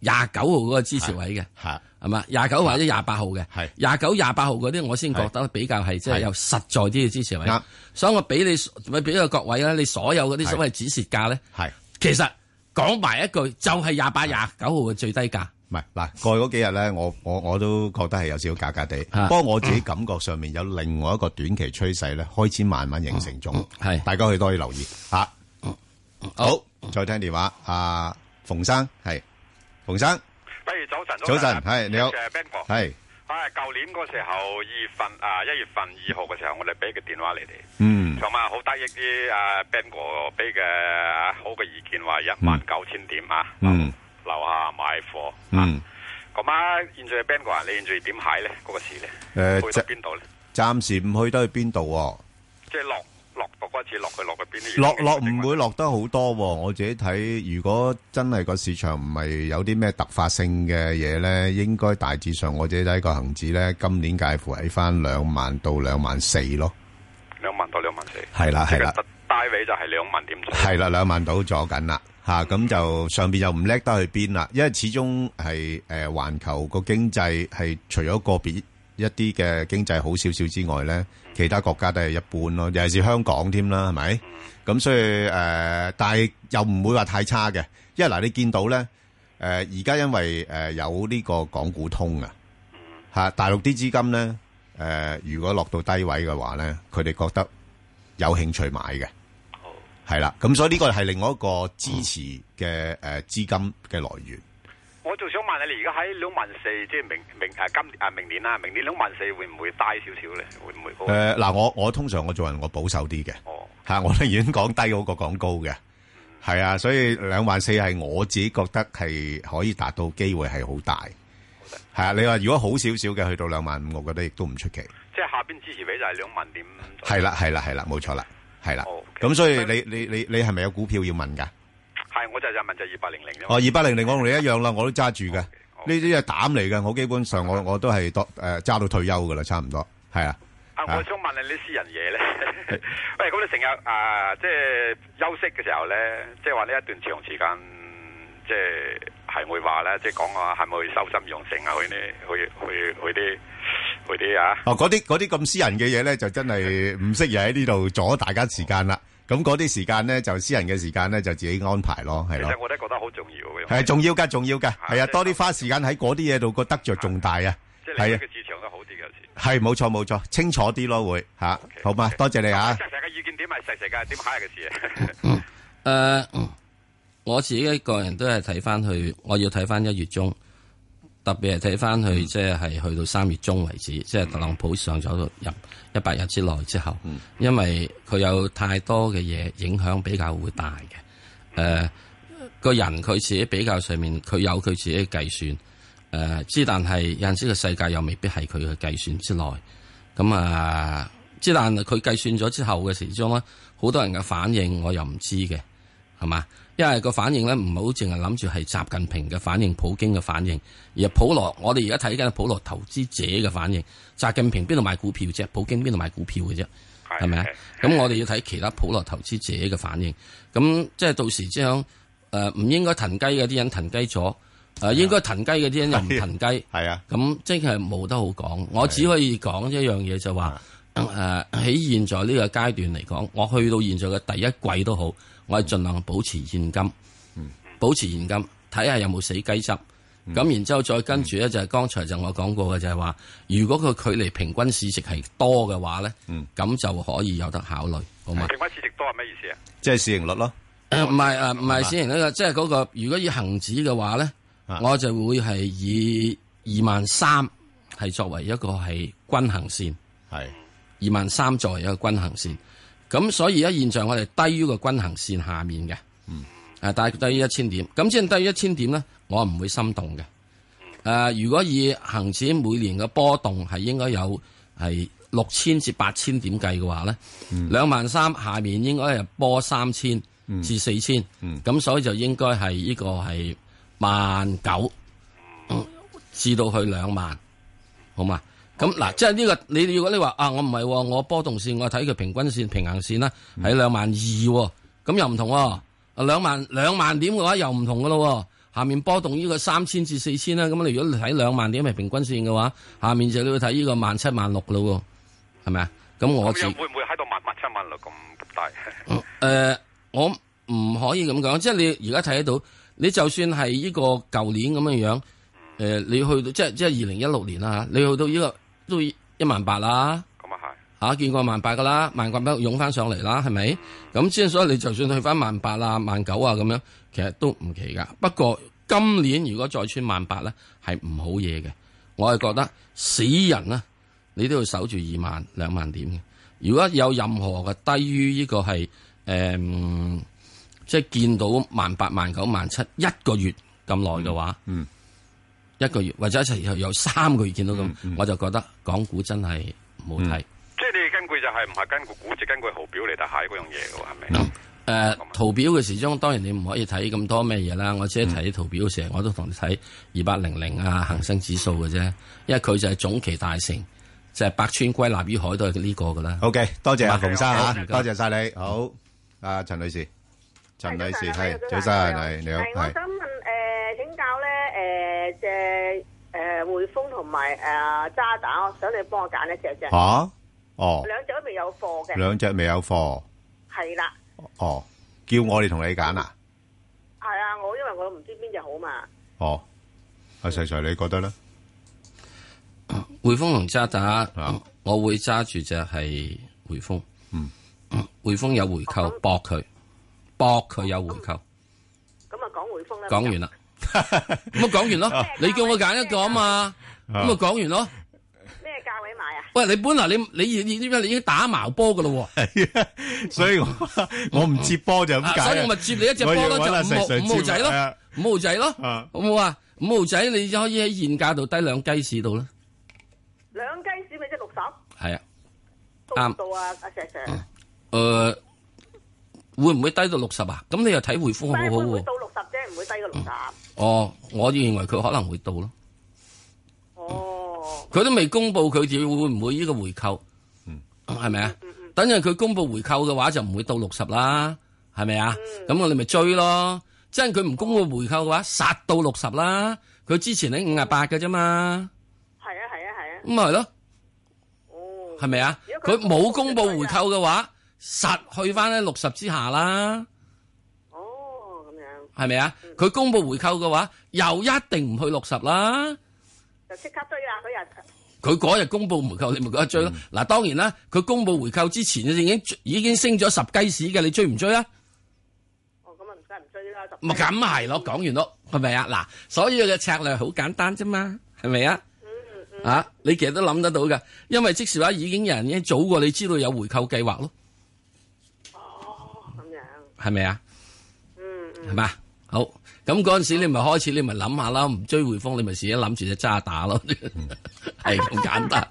S3: 廿九號嗰個支持位嘅。
S2: 係，嚇，係，
S3: 係嘛？廿九或者廿八號嘅
S2: 係，
S3: 廿九、廿八號嗰啲，我先覺得比較係即係
S2: 係
S3: 有實在啲嘅支持位
S2: 啱。
S3: 所以我俾你，咪俾個各位啦，你所有嗰啲
S2: 係
S3: 所謂指示價咧，其實講埋一句就係廿八、廿九號嘅最低價。
S2: 唔係，嗱，過去嗰幾日呢，我-我-我都覺得係有少少假假地，
S3: 啊。
S2: 不過我自己感覺上面有另外一個短期趨勢呢，開始慢慢形成中，
S3: 係
S2: 大家可以多啲留意，嚇。À, 好，再聽電話，阿馮生，係，馮生，係，
S5: 不如早晨，
S2: 早晨係你好
S5: 誒 Ben 哥，啊，舊年嗰時候二月份啊，一月份二號嘅時候，我哋俾個電話你哋，
S2: 嗯，
S5: 同埋好得益啲啊 Ben 哥俾嘅啊好嘅意見，話一萬九千點啊，
S2: 嗯，
S5: 樓下買貨，
S2: ừ.
S5: 啊，咁啊，現在 Ben 哥啊，你現在點睇咧？嗰個市
S2: 誒
S5: 咧，去
S2: 即
S5: 到邊度咧？
S2: 嗯，暫時唔去得去邊度喎？
S5: 即係落落到嗰次落去落去邊啲？
S2: 落落唔會落得好多喎，我自己睇，如果真係個市場唔係有啲咩突發性嘅嘢咧，應該大致上我自己睇個恒指咧，今年介乎喺翻兩萬到兩萬四咯，
S5: 兩萬到兩萬四，
S2: 係啦係啦
S5: 即係低位就係兩萬點左右。
S2: 係啦兩萬到咗緊啦，吓咁就上邊又唔叻得去邊啦，因為始終係誒環球個經濟係除咗個別一啲嘅經濟好少少之外咧，其他國家都係一般咯，尤其是香港添啦，係咪？咁所以誒、呃但係又唔會話太差嘅，因為嗱、你見到咧誒，呃而、家因為誒、呃有呢個港股通啊，嚇、大陸啲資金咧誒、呃如果落到低位嘅話咧，佢哋覺得有興趣買嘅，係啦，咁所以呢個係另外一個支持嘅誒呃資金嘅來源。
S5: 我仲想問下你，而家喺兩萬四，即係明明誒今啊明年啦，明年兩萬四會唔會低少少咧？會唔會高？
S2: 誒呃嗱、我我通常我做人我保守啲嘅。
S5: 哦，
S2: 吓， 我寧願講低好過講高嘅，係啊，所以兩萬四係我自己覺得係可以達到機會係好大，係啊，你話如果好少少嘅去到兩萬五，我覺得亦都唔出奇，
S5: 即係下邊支持位就係兩萬點左右。
S2: 係啦，係啦，係啦，冇錯啦，係啦
S5: 好，
S2: 咁所以你你你你係咪有股票要問㗎？
S5: 係我就就問就二八零零啫
S2: 哦，
S5: 嘛。
S2: 二八零零我同你一樣啦，我都揸住嘅，呢啲係膽嚟嘅，我基本上我我都係多誒揸到退休㗎啦，差唔多，係啊，
S5: 啊，
S2: 啊
S5: 我想問你啲私人嘢咧。 喂，咁你成日啊，即係休息嘅時候咧，即係話呢一段長時間，即係係會話咧，即係講啊，係咪去修心養性啊？去呢，去去去啲嗰啲啊，
S2: 哦，嗰啲嗰啲咁私人嘅嘢咧，就真係唔適宜喺呢度阻大家時間啦。咁嗰啲時間咧，就私人嘅時間咧，就自己安排咯，係
S5: 其
S2: 咯
S5: 實。我都覺得好重要嘅。
S2: 係重要㗎，重要㗎。係啊，
S5: 即係
S2: 多啲花時間喺嗰啲嘢度，個得着仲大啊。
S5: 即係
S2: 係
S5: 你
S2: 啊
S5: 嘅，市場都好啲嘅有時。
S2: 係冇錯冇錯，清楚啲咯會吓，好嘛？多謝你啊
S5: 即，係成嘅意見點係石石嘅點下嘅事啊。
S3: 诶、嗯我自己一個人都係睇翻去，我要睇翻一月中，特別係睇翻去，即係去到三月中為止，即係特朗普上咗入一百日之內之後，因為佢有太多嘅嘢影響比較會大嘅。诶、個人佢自己比較上面，佢有佢自己嘅計算。诶、之但係有陣時個世界又未必係佢嘅計算之內。咁啊，之但佢計算咗之後嘅時鐘咧，好多人嘅反應我又唔知嘅。係嘛？因為個反應咧唔好淨係諗住係習近平嘅反應、普京嘅反應，而係普羅我哋而家睇緊係普羅投資者嘅反應。習近平邊度買股票啫？普京邊度買股票嘅啫？
S5: 係
S3: 係咪啊？咁我哋要睇其他普羅投資者嘅反應。咁即係到時之後，誒、唔應該騰雞嘅啲人騰雞咗，誒、呃應該騰雞嘅啲人又唔騰雞。
S2: 係啊，
S3: 咁即係冇得好講，我只可以講一樣嘢就話，誒喺現在呢個階段嚟講，我去到現在嘅第一季都好，我係盡量保持現金，保持現金，睇下有冇死雞汁。咁然之後再跟住咧就係剛才就我講過嘅就係話，如果個距離平均市值係多嘅話咧，咁就可以有得考慮，好嘛？
S5: 平均市值多係咩意思啊？
S2: 即係市盈率咯。
S3: 呃唔係誒，唔係先呢個，即係嗰個。如果以恒指嘅話咧
S2: 啊，
S3: 我就會係以二萬三係作為一個係均衡線，
S2: 係
S3: 二萬三作為一個均衡線。咁所以咧，現在我哋低於個均衡線下面嘅，嗯，誒，大概低於一千點。咁先低於一千點咧，我唔會心動嘅。誒、啊如果以恒指每年嘅波動係應該有係六千至八千點計嘅話咧，兩萬三下面應該係波三千至四千，咁所以就應該係呢個係萬九至到去兩萬，好嘛？咁嗱，即係呢個你如果你話啊，我唔係喎，我波動線我睇佢平均線、平衡線啦，喺兩萬二喎，咁又唔同喎，兩萬兩萬點嘅話又唔同嘅咯喎。下面波動呢個三千至四千啦，咁你如果你睇兩萬點係平均線嘅話，下面就你要睇呢個萬七萬六咯喎，係咪啊？咁我
S5: 咁
S3: 自
S5: 樣會唔會喺度萬萬七萬六咁大？
S3: 誒、呃我唔可以咁講，即係你而家睇得到，你就算係呢個舊年咁樣樣，誒、你去到即係即係二零一六年啦嚇，你去到呢、個都一萬八啦
S5: 咁啊係。
S3: 嚇、見過萬八噶啦，萬八都湧翻上嚟啦，係咪？咁之所以你就算去翻萬八啊、萬九啊咁樣，其實都唔奇噶。不過今年如果再穿萬八咧，係唔好嘢嘅。我係覺得死人啊，你都要守住二萬兩萬點嘅。如果有任何嘅低於呢個係誒、嗯即係見到萬八萬九萬七一個月咁耐嘅話，
S2: 嗯
S3: 一個月或者一齊有三個月見到咁，
S2: 嗯
S3: 我就覺得港股真係唔好睇。
S5: 即係你根據就係唔係根據估值，根據號表嚟睇嗰樣嘢嘅喎，係咪？
S3: 誒、圖表嘅時鐘當然你唔可以睇咁多咩嘢啦，我只
S2: 嗯
S3: 係睇圖表嘅時候，我都同你睇二八零零啊、恒生指數嘅啫，因為佢就係總期大成，就係、百川歸納於海都係呢個噶啦。
S2: ，OK，多謝阿
S5: 好
S2: 馮生吓，
S3: 好
S2: 多謝晒你。好，阿陳女士，陳女士係早晨，係你好，
S6: 係我
S2: 係
S6: 想問誒請教咧誒隻誒匯豐同埋誒渣打，我想你幫我揀一隻啫，
S2: 吓哦，
S6: 兩隻都未有貨嘅，
S2: 兩隻未有貨，
S6: 係啦，
S2: 哦，叫我哋同你揀啊，
S6: 係啊，我因為我唔知邊隻好嘛，
S2: 哦，阿細 Sir 你覺得咧？
S3: 匯豐同渣打
S2: 嗯啊，
S3: 我會揸住只係匯豐。
S2: 嗯
S3: 嗯，匯豐有回購，搏佢，搏佢有回購。
S6: 咁啊講匯豐啦，
S3: 講完啦，咁啊講完
S2: 哦
S3: 咯，你叫我揀一個啊嘛，咁啊講完咯。
S6: 咩價位買啊？
S3: 喂，你本來你你你你你已經打矛波噶咯 喎，
S2: 所以我我唔接波就
S3: 啊
S2: 咁解啊。
S3: 所以我咪接你一隻波
S2: 我要揾阿
S3: 咯，就
S2: Sir Sir
S3: 五號五號仔
S2: 接啊
S3: 咯，五號仔咯，
S2: 啊
S3: 好冇啊？五號仔你就可以喺現價度低兩雞市度啦，
S6: 兩雞屎咪即六十，
S3: 係啊，
S6: 到唔到啊？阿石 Sir，
S3: 誒呃會唔會低到六十啊？咁你又睇回覆好
S6: 但係
S3: 好
S6: 會唔會
S3: 喎。
S6: 到六十啫？唔會低過六十。
S3: 哦，我認為佢可能會到咯，
S6: 哦，
S3: 佢都未公布佢哋會唔會呢個回購，係咪啊？等陣佢公布回購嘅話，就唔會到六十啦，係咪啊？咁我哋咪追咯。即係佢唔公布回購嘅話，殺到六十啦。佢之前喺五廿八嘅啫嘛，
S6: 係啊，係啊，係啊。哦
S3: 咁咪係咯。係咪啊？
S6: 如果
S3: 佢
S6: 佢
S3: 冇公布回購嘅話，實去翻咧六十之下啦，
S6: 哦，咁樣
S3: 係咪啊？佢公布回購嘅話，又一定唔去六十啦。
S6: 就即刻追啊啦嗰日。
S3: 佢嗰日公布回購，你咪覺得追咯。嗱、當然啦，佢公布回購之前已經已經升咗十雞屎嘅，你追唔追啊？
S6: 哦，咁啊唔使唔追啦，
S3: 咪咁係咯，講完咯，係咪啊？嗱，所以嘅策略好簡單啫嘛，係咪啊？
S6: 嗯
S7: 嗯
S3: 啊，你其實都諗得到噶，因為即時話已經有人已經早過你知道有回購計劃咯，
S6: 哦咁樣，
S3: 係咪啊？
S6: 嗯嗯，
S3: 係嘛？好，咁嗰阵时你咪開始，你咪諗下啦，唔追匯豐，你咪自己諗住只渣打咯， 係咁簡單。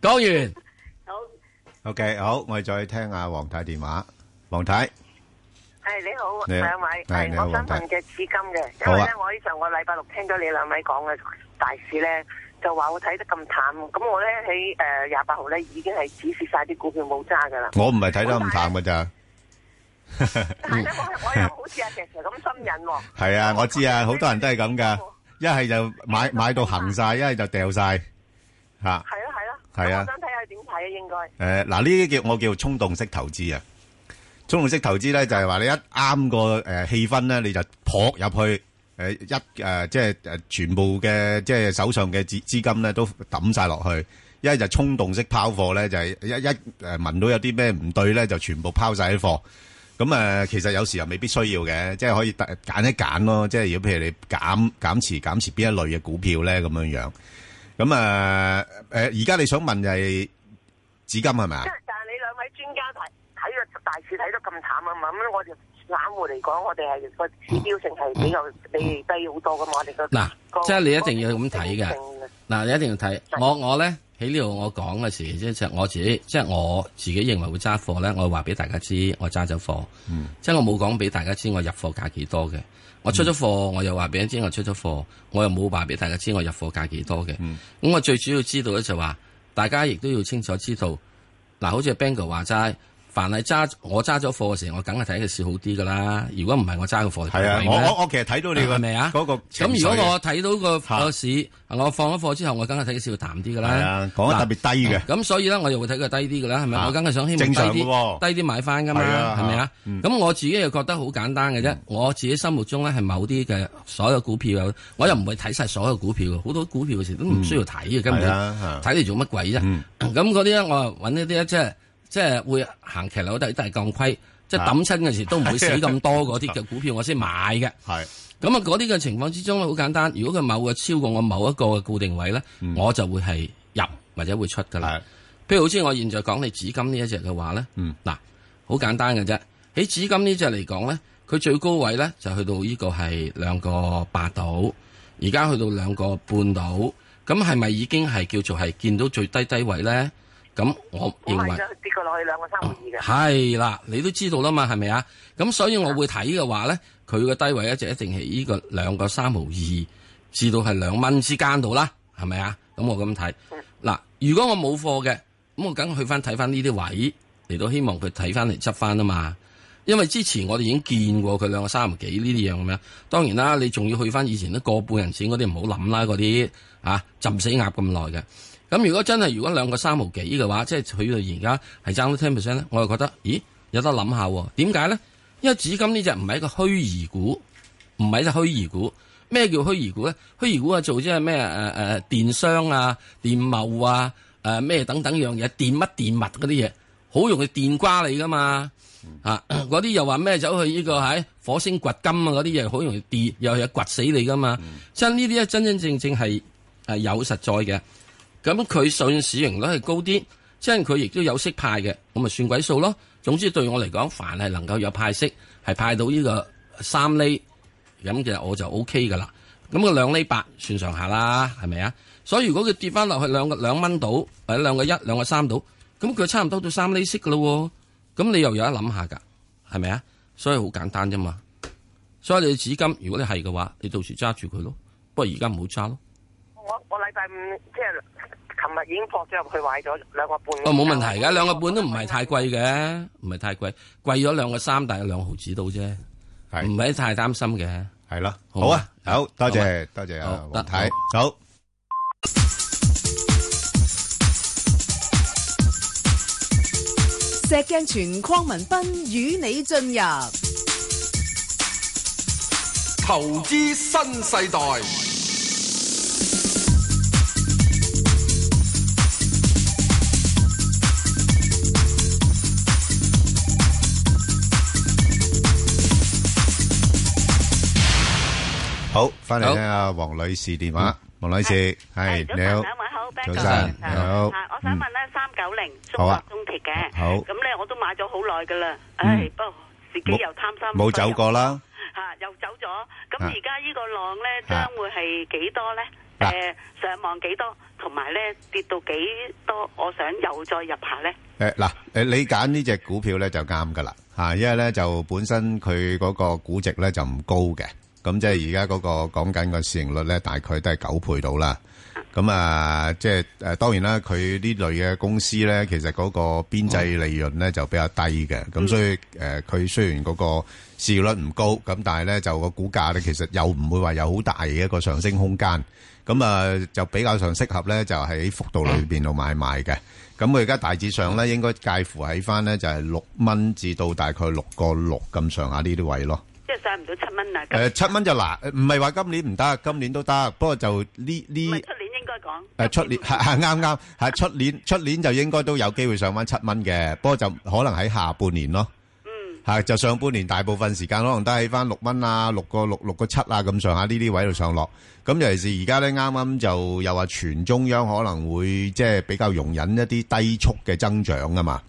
S3: 講完，
S6: 好，
S2: OK，好，我哋再聽下黃太電話。黃太，係，
S7: 係你好，
S2: 你好
S7: 兩位，
S2: 係你
S7: 係
S2: 好
S7: 我
S2: 黃
S7: 想
S2: 太
S7: 問嘅資金嘅，
S2: 好
S7: 因
S2: 啊
S7: 為咧我喺上個禮拜六聽咗你兩位講嘅大市咧，就話我睇得咁淡，咁我咧喺誒廿八號咧已經係止蝕晒啲股票冇揸噶啦，
S2: 我唔係睇得咁淡㗎咋。嗯
S7: 但係咧我
S2: 啊
S7: 我又好似阿石 Sir 咁心癮喎，
S2: 係啊，我知啊，好多人都係咁㗎。一係就買-買到行晒，一係就掉晒。嚇。
S7: 係咯係咯，
S2: 係啊
S7: 咁我想睇下點睇啊應該，
S2: 诶，呃嗱呢啲叫我叫衝動式投資啊！衝動式投資咧就係話你一啱個诶氣氛咧，你就撲入去诶、誒一诶、誒即係诶全部嘅即係手上嘅資資金咧都抌晒落去，一係就衝動式拋貨咧，就係、一一诶聞到有啲咩唔對咧，就全部拋晒啲貨。咁誒、呃其實有時又未必需要嘅，即係可以特揀一揀咯。即係如果譬如你減減持減持邊一類嘅股票咧，咁樣樣。咁誒誒，呃呃而、家你想問就係紫金係咪啊
S7: 即？係但係你兩位專家睇睇個大市睇得咁淡啊嘛，咁我哋散户嚟講，我哋係個指標性係比較比低好多噶嘛，我哋個
S3: 嗱
S7: 個
S3: 即係你一定要咁睇㗎嗱，你一定要睇我我咧喺呢度我講嘅時，即係我自己，即係我自己認為會揸貨咧，我話俾大家知我揸咗貨，
S2: 嗯
S3: 即係我冇講俾大家知我入貨價幾多嘅。我出咗貨，
S2: 嗯
S3: 我又話俾人知我出咗貨，我又冇話俾大家知我入貨價幾多嘅。咁、
S2: 嗯
S3: 我最主要知道咧就話，大家亦都要清楚知道，嗱，好似 Bang 哥話齋，凡係揸我揸咗貨嘅時候，我梗係睇佢市好啲噶啦。如果唔係，我揸個貨
S2: 係啊，
S3: 嚟
S2: 我
S3: 咩
S2: 我我其實睇到你個
S3: 係咪啊
S2: 嗰個情緒
S3: 咁如果我睇到個
S2: 嚇
S3: 個市，我放咗貨之後，我梗係睇佢市會淡啲噶
S2: 係
S3: 啦。
S2: 啊講得特別低嘅
S3: 嗱咁所以咧，我又會睇佢低啲噶啦，係咪？
S2: 嚇
S3: 我梗係想希
S2: 正
S3: 望低
S2: 常嘅
S3: 啲，
S2: 喎
S3: 低啲買翻噶嘛，
S2: 係啊
S3: 係咪啊
S2: 嚇？嗯
S3: 咁我自己又覺得好簡單嘅啫。我自己心目中咧係某啲嘅所有股票有，我又唔會睇晒所有股票嘅，好多股票嘅時都唔需要睇嘅，根本
S2: 係啊嚇
S3: 睇嚟做乜鬼啫？
S2: 嗯
S3: 咁嗰啲咧，我啊揾一啲咧，即係即係會行騎樓都係都係降規，即係抌親嘅時都唔會死咁多嗰啲嘅股票，我先買嘅。
S2: 係
S3: 咁啊，嗰啲嘅情況之中咧，好簡單。如果佢某個超過我某一個嘅固定位咧，我就會係入或者會出噶啦
S2: 係。
S3: 譬如好似我現在講你紫金呢一隻嘅話咧，嗱、
S2: 嗯
S3: 好簡單嘅啫。喺紫金呢只嚟講咧，佢最高位咧就去到呢個係兩個八度，而家去到兩個半度，咁係咪已經係叫做係見到最低低位咧？咁我
S7: 唔
S3: 認為
S7: 係。㗎，跌過落去兩個三毫二嘅。
S3: 系啦，你都知道啦嘛，係咪啊？咁所以我會睇嘅話咧，佢嘅低位咧就一定係呢個兩個三毫二至到係兩蚊之間度啦，係咪啊？咁我咁睇嗱，如果我冇貨嘅，咁我梗去翻睇翻呢啲位嚟到，希望佢睇翻嚟執翻啊嘛。因為之前我哋已經見過佢兩個三毫幾呢啲樣咁樣，當然啦，你仲要去翻以前啲個半人錢嗰啲唔好諗啦，嗰啲啊浸死鴨咁耐嘅。咁如果真係如果兩個三毫幾嘅話，即係佢到而家係爭到 ten percent 咧，我又覺得咦有得諗下喎？點解咧？因為紫金呢只唔係一個虛擬股，唔係一隻虛擬股。咩叫虛擬股咧？虛擬股啊做即係咩誒誒電商啊、電貿啊、誒、咩等等樣嘢，電乜電物嗰啲嘢，好容易電瓜你噶嘛。啊！嗰啲又話咩走去呢、個喺火星掘金啊，嗰啲嘢好容易跌，又係掘死你噶嘛。真呢啲咧真真正正係係有實在嘅。咁佢上市市盈率係高啲，即係佢亦都有息派嘅，咁啊咪算鬼數咯。總之對我嚟講，凡係能夠有派息，係派到呢個三厘，咁其實我就 O K 噶啦。咁個兩厘八算上下啦，係咪啊？所以如果佢跌翻落去兩個兩蚊到，或者兩個一、兩個三到，咁佢差唔多到三厘息噶咯喎。咁你又有得諗下㗎，係咪啊？所以好簡單啫嘛。所以你紙金，如果你係嘅話，你到時揸住佢咯。不過而家唔好揸咯。
S7: 我我禮拜五即係琴日已經撲咗入去壞咗兩個半。
S3: 哦，冇問題嘅，兩個半都唔係太。貴嘅，唔係太貴，貴咗兩個三，大約兩毫子到啫，唔
S2: 係
S3: 係太擔心嘅。
S2: 係啦，
S3: 好
S2: 好
S3: 嘛
S2: 啊，好多謝多謝
S3: 好
S2: 啊，
S3: 得
S2: 黃太，好。
S8: 石鏡泉邝文斌與你進入
S9: 投資新世代，
S2: 好，翻嚟聽下黃女士電話。黃女士，係你
S1: 早晨，兩
S2: 好，
S1: 位好，Ben
S2: 早
S1: 哥
S2: 晨，你好
S1: 啊，我想問
S3: 嗯
S1: 咧，三九零中
S2: 好
S1: 國
S2: 啊
S1: 中鐵嘅，
S2: 好
S1: 咁咧我都買咗好耐噶啦，
S2: 嗯
S1: 唉，不過自己
S2: 冇
S1: 又貪心，
S2: 冇 走過啦。
S1: 吓又走咗，咁
S2: 啊
S1: 而家呢個浪咧將會係幾多咧？
S2: 嗱
S1: 誒，上望幾多，同埋咧跌到幾多？我想又再入下咧。
S2: 诶，嗱，诶，你揀呢只股票咧就啱噶啦，吓，因為咧就本身佢嗰個估值咧就唔高嘅，咁即係而家嗰個講緊個市盈率咧，大概都係九倍到啦。咁啊，即係诶，当然啦，佢呢類嘅公司咧，其實嗰個邊際利潤咧就比較低嘅，咁所以诶，佢、雖然嗰個市盈率唔高，咁但係咧就個股價咧其實又唔會話有好大嘅一個上升空間。咁啊就比較上適合咧，就喺幅度裏邊度買賣嘅。咁佢而家大致上咧，應該介乎喺翻咧就係六蚊至到大概六個六咁上下呢啲位咯。
S1: 即係上唔到七蚊啊！
S2: 誒七蚊就嗱，唔係話今年唔得，今年都得，不過就呢呢
S1: 出年應該講
S2: 誒出年係係 啱啱係出年出年就應該都有機會上翻七蚊嘅，不過就可能喺下半年咯。嗯，係就上半年大部分時間可能都喺翻六蚊啊、六個六、六個七啊咁上下呢啲位度上落。咁尤其是而家咧，啱啱就又話全中央可能會即係比較容忍一啲低速嘅增長啊嘛。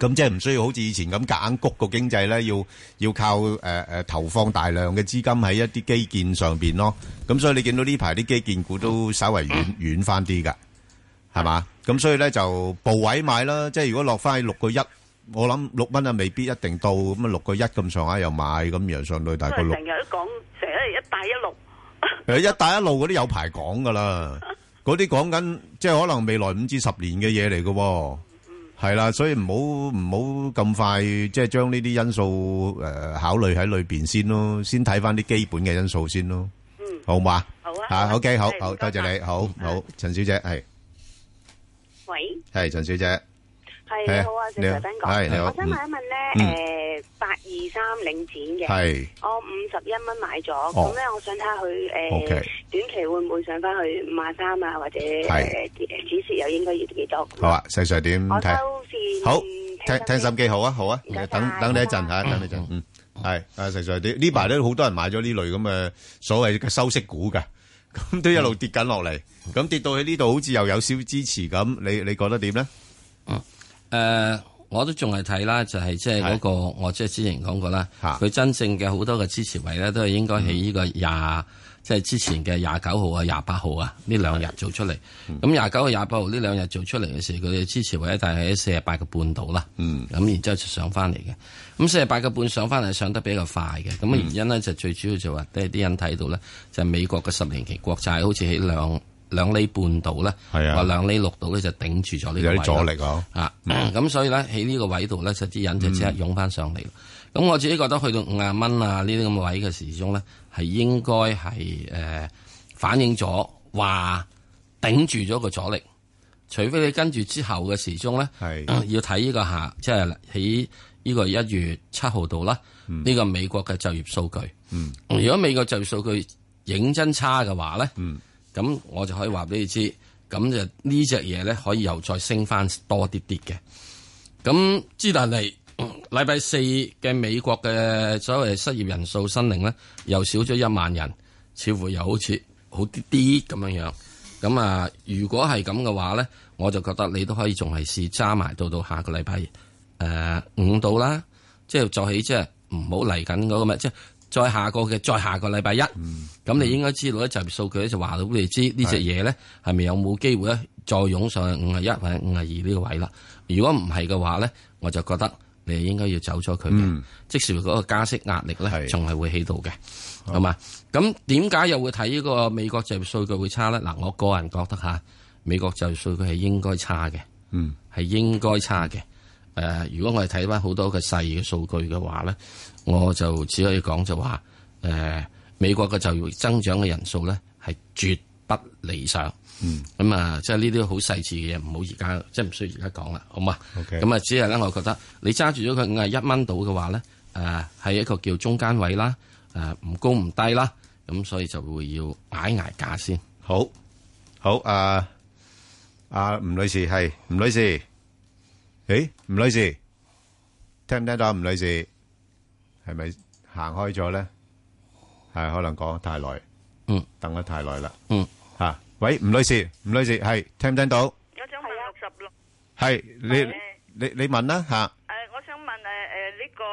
S2: 咁即係唔需要好似以前咁夾硬谷個經濟咧，要要靠誒誒、呃呃投放大量嘅資金喺一啲基建上邊咯。咁所以你見到呢排啲基建股都稍為軟軟翻啲㗎，係嘛？咁所以咧就部位買啦。即係如果落翻去六個一，我諗六蚊啊未必一定到，咁啊六個一咁上下又買，咁然後上到大
S1: 都
S2: 概
S1: 係
S2: 六
S1: 成日都講，成日一帶一路。
S2: 誒一帶一路嗰啲有排講㗎啦，嗰啲講緊即係可能未來五至十年嘅嘢嚟嘅喎。係啦，所以唔好唔好咁快，即係將呢啲因素誒、呃考慮喺裏邊先咯，先睇翻啲基本嘅因素先咯，嗯、好嘛？
S1: 好啊
S2: 嚇、
S1: 好啊
S2: o k 好
S1: 係
S2: 好，多
S1: 唔該
S2: 謝你，
S1: 晒
S2: 好好，陳小姐係
S10: 喂，
S2: 係陳小姐，
S10: 系你好啊，
S2: 你
S10: 石
S2: 好
S10: Sir 斌哥，
S2: 係你好
S10: 我想問一問
S2: 嗯
S10: 咧，诶，八二三領展嘅，
S2: 係
S10: 我哦五十一蚊買咗，咁咧我想睇下佢诶
S2: 哦 OK
S10: 短期會唔會上翻去五啊三啊，或者诶指示又應該要幾多？
S2: 好啊，細 Sir 點
S10: 我
S2: 睇？
S10: 收視
S2: 好，聽聽心機好啊，好啊，等等你一陣嚇，等你一陣，嗯，係啊，石 Sir 呢排都好多人買咗呢類咁嘅所謂嘅收息股㗎， 咁都一路跌緊落嚟，咁跌到喺呢度好似又有少少支持咁，你你覺得點咧？
S3: 诶、我都仲係睇啦，就係即係嗰個，我即係之前講過啦，佢真正嘅好多嘅支持位咧，都係應該喺呢個廿，即係之前嘅廿九號啊、廿八號啊呢兩日做出嚟。咁廿九號、廿八號呢兩日做出嚟嘅時候，佢嘅支持位咧，大概喺四十八個半度啦。
S2: 嗯，
S3: 咁然之後就上翻嚟嘅。咁四十八個半上翻嚟上得比較快嘅，咁嘅原因咧就最主要就話，即係啲人睇到咧，就係美國嘅十年期國債好似喺兩兩厘半度咧，
S2: 係啊
S3: 或兩厘六度咧就頂住咗呢個
S2: 有啲
S3: 位啦
S2: 阻力啊！
S3: 啊，咁所以咧喺呢個位度咧，就啲人就即刻湧翻上嚟。咁我自己覺得去到五廿蚊啊呢啲咁嘅位嘅時鐘咧，係應該係誒、呃反映咗話頂住咗個阻力，除非你跟住之後嘅時鐘咧， 要睇呢個下即係喺呢個一月七號度啦，呢、個美國嘅就業數據。
S11: 嗯
S3: 如果美國就業數據認真差嘅話咧，咁我就可以話俾你知，咁就呢只嘢咧可以又再升翻多啲啲嘅。咁之但係嗯禮拜四嘅美國嘅所謂失業人數申領咧，又少咗一萬人，似乎又好似好啲啲咁樣樣。咁啊，如果係咁嘅話咧，我就覺得你都可以仲係試揸埋到到下個禮拜誒五度啦，即係再起即係唔好嚟緊嗰個咩，即係再下個嘅再下個禮拜一，咁、你應該知道咧就業數據咧就話到俾你知呢隻嘢咧係咪有冇機會咧再湧上去五啊一或者五啊二呢個位啦？如果唔係嘅話咧，我就覺得你應該要走咗佢嘅，即使嗰個加息壓力咧仲係會喺度嘅，係嘛？咁點解又會睇呢個美國就業數據會差咧？嗱，我個人覺得嚇美國就業數據係應該差嘅。
S2: 嗯，
S3: 係應該差嘅。誒、呃如果我哋睇翻好多嘅細嘅數據嘅話咧，我呃就只可以講就話誒、美國嘅就業增長嘅人數咧係絕不理想。
S2: 嗯，
S3: 咁啊，即係呢啲好細緻嘅嘢，唔好而家即係唔需要而家講啦，好嘛
S2: OK
S3: 咁啊，只係咧，我覺得你揸住咗佢五十一蚊到嘅話咧，誒、係一個叫中間位啦，誒、唔高唔低啦，咁所以就會要挨挨價先。
S2: 好，好，啊，啊，吴女士系，吴女士，诶，吴女士，听唔听到啊？吴女士系咪行开咗咧？系可能讲得太耐，
S3: 嗯，
S2: 等得太耐啦，
S3: 嗯，
S2: 吓、喂，吴女士，吴女士系听唔听到？
S11: 我想問
S10: 啊
S11: 六十六，
S2: 系你你你问啦吓，
S11: 誒，呃我想問誒誒呢個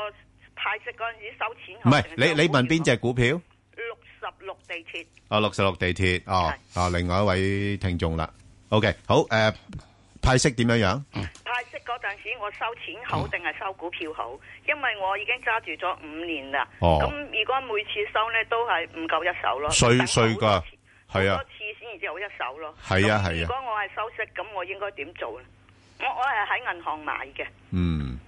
S11: 派息嗰陣時收
S2: 唔、
S11: 錢
S2: 系你你问边只股票？
S11: 六十六地鐵
S2: 哦，66地鐵，哦，哦，另外一位聽眾啦。OK，好，誒，派息點樣樣？
S11: 派息嗰陣時，我收錢好定係收股票好？因為我已經揸住咗五年啦。
S2: 哦
S11: 咁如果每次收咧都係唔夠一手咯。
S2: 税-
S11: 等
S2: 税㗎，係啊，
S11: 好多次先至好一手咯。
S2: 係啊係
S11: 咁
S2: 啊
S11: 如果我係收息，咁我應該點做咧？我我係喺銀行買嘅。
S2: 嗯。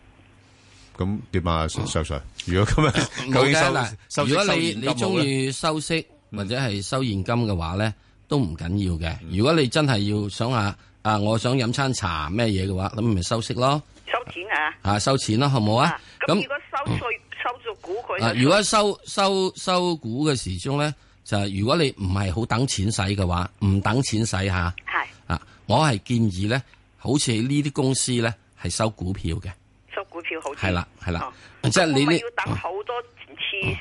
S2: 咁點啊，Sir- Sir- Sir？如果今日
S3: 冇
S2: 究竟收-
S3: 嘅嗱，
S2: 收息
S3: 如果你
S2: 收現金
S3: 你中意收息或者係收現金嘅話咧，都唔緊要嘅。
S2: 嗯
S3: 如果你真係要想下啊，我想飲餐茶咩嘢嘅話，咁咪收息咯，
S11: 收錢啊！
S3: 啊收錢咯，好唔好啊？
S11: 咁如果收税收咗股佢
S3: 啊，如果收收收股嘅時鐘咧，就係如果你唔係好等錢使嘅話，唔等錢使下，
S11: 係
S3: 啊，我係建議咧，好似呢啲公司咧係收股票嘅，
S11: 收股票好啲
S3: 係啦係啦，
S11: 咁
S3: 即係你
S11: 我咪
S3: 呢
S11: 要，等好多次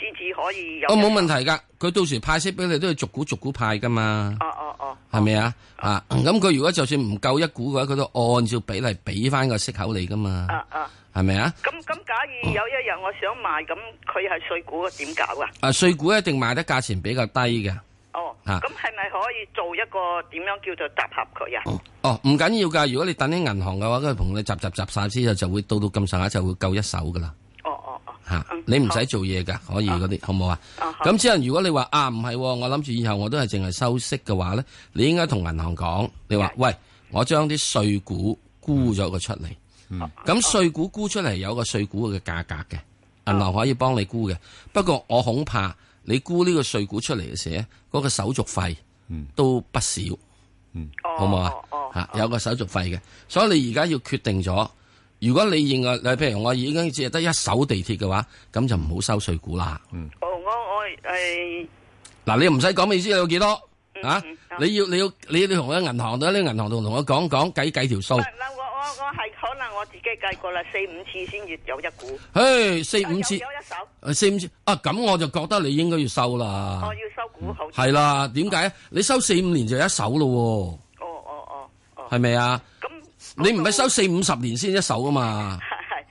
S11: 先至可以
S2: 哦
S11: 有。
S3: 我冇問題㗎，佢到時派息俾你都要逐股逐股派㗎嘛。
S11: 哦哦哦，
S3: 係咪啊？啊，咁佢如果就算唔夠一股嘅話，佢都按照比例俾翻個息口你噶嘛？
S11: 啊啊。
S3: 係咪啊？
S11: 咁咁，假如有一日我想賣，咁佢係碎股，點搞啊？
S3: 啊，碎股一定賣得價錢比較低嘅。
S11: 哦，
S3: 啊
S11: 咁係咪可以做一個點樣叫做集合佢啊？
S3: 哦，唔緊要㗎。如果你等喺銀行嘅話，佢同你集集集晒之後，就會到到咁上下就會夠一手㗎啦。
S11: 哦哦哦，
S3: 吓、你唔使做嘢㗎，可以嗰啲啊嗯好唔好啊？咁之後如果你話啊唔係喎，我諗住以後我都係淨係收息嘅話咧，你應該同銀行講，你話喂，我將啲碎股沽咗佢出嚟。咁碎股沽出嚟有個碎股嘅價格嘅，銀行可以幫你沽嘅。不過我恐怕你沽呢個碎股出嚟嘅時咧，嗰、個手續費都不少，
S11: 哦
S3: 好唔好啊？嚇有個手續費嘅，所以你而家要決定咗。如果你認為，你譬如我已經只係得一手地鐵嘅話，咁就唔好收碎股啦。
S11: 哦，我我誒
S3: 嗱，你唔使講，你知有幾多
S11: 嗯
S3: 啊？你要你要你要你同我喺銀行度，喺銀行度同我講講計計條數。
S11: 嗱，我我我係可能我自己計過啦，四五次先至有一股。
S3: 唉，四五次
S11: 有有一手，
S3: 誒四五次啊，咁我就覺得你應該要收啦。
S11: 哦我要收股好。
S3: 系啦，點解？你收四五年就一手咯
S11: 哦哦
S3: 喎，係咪啊？你唔係收四五十年先一手噶嘛？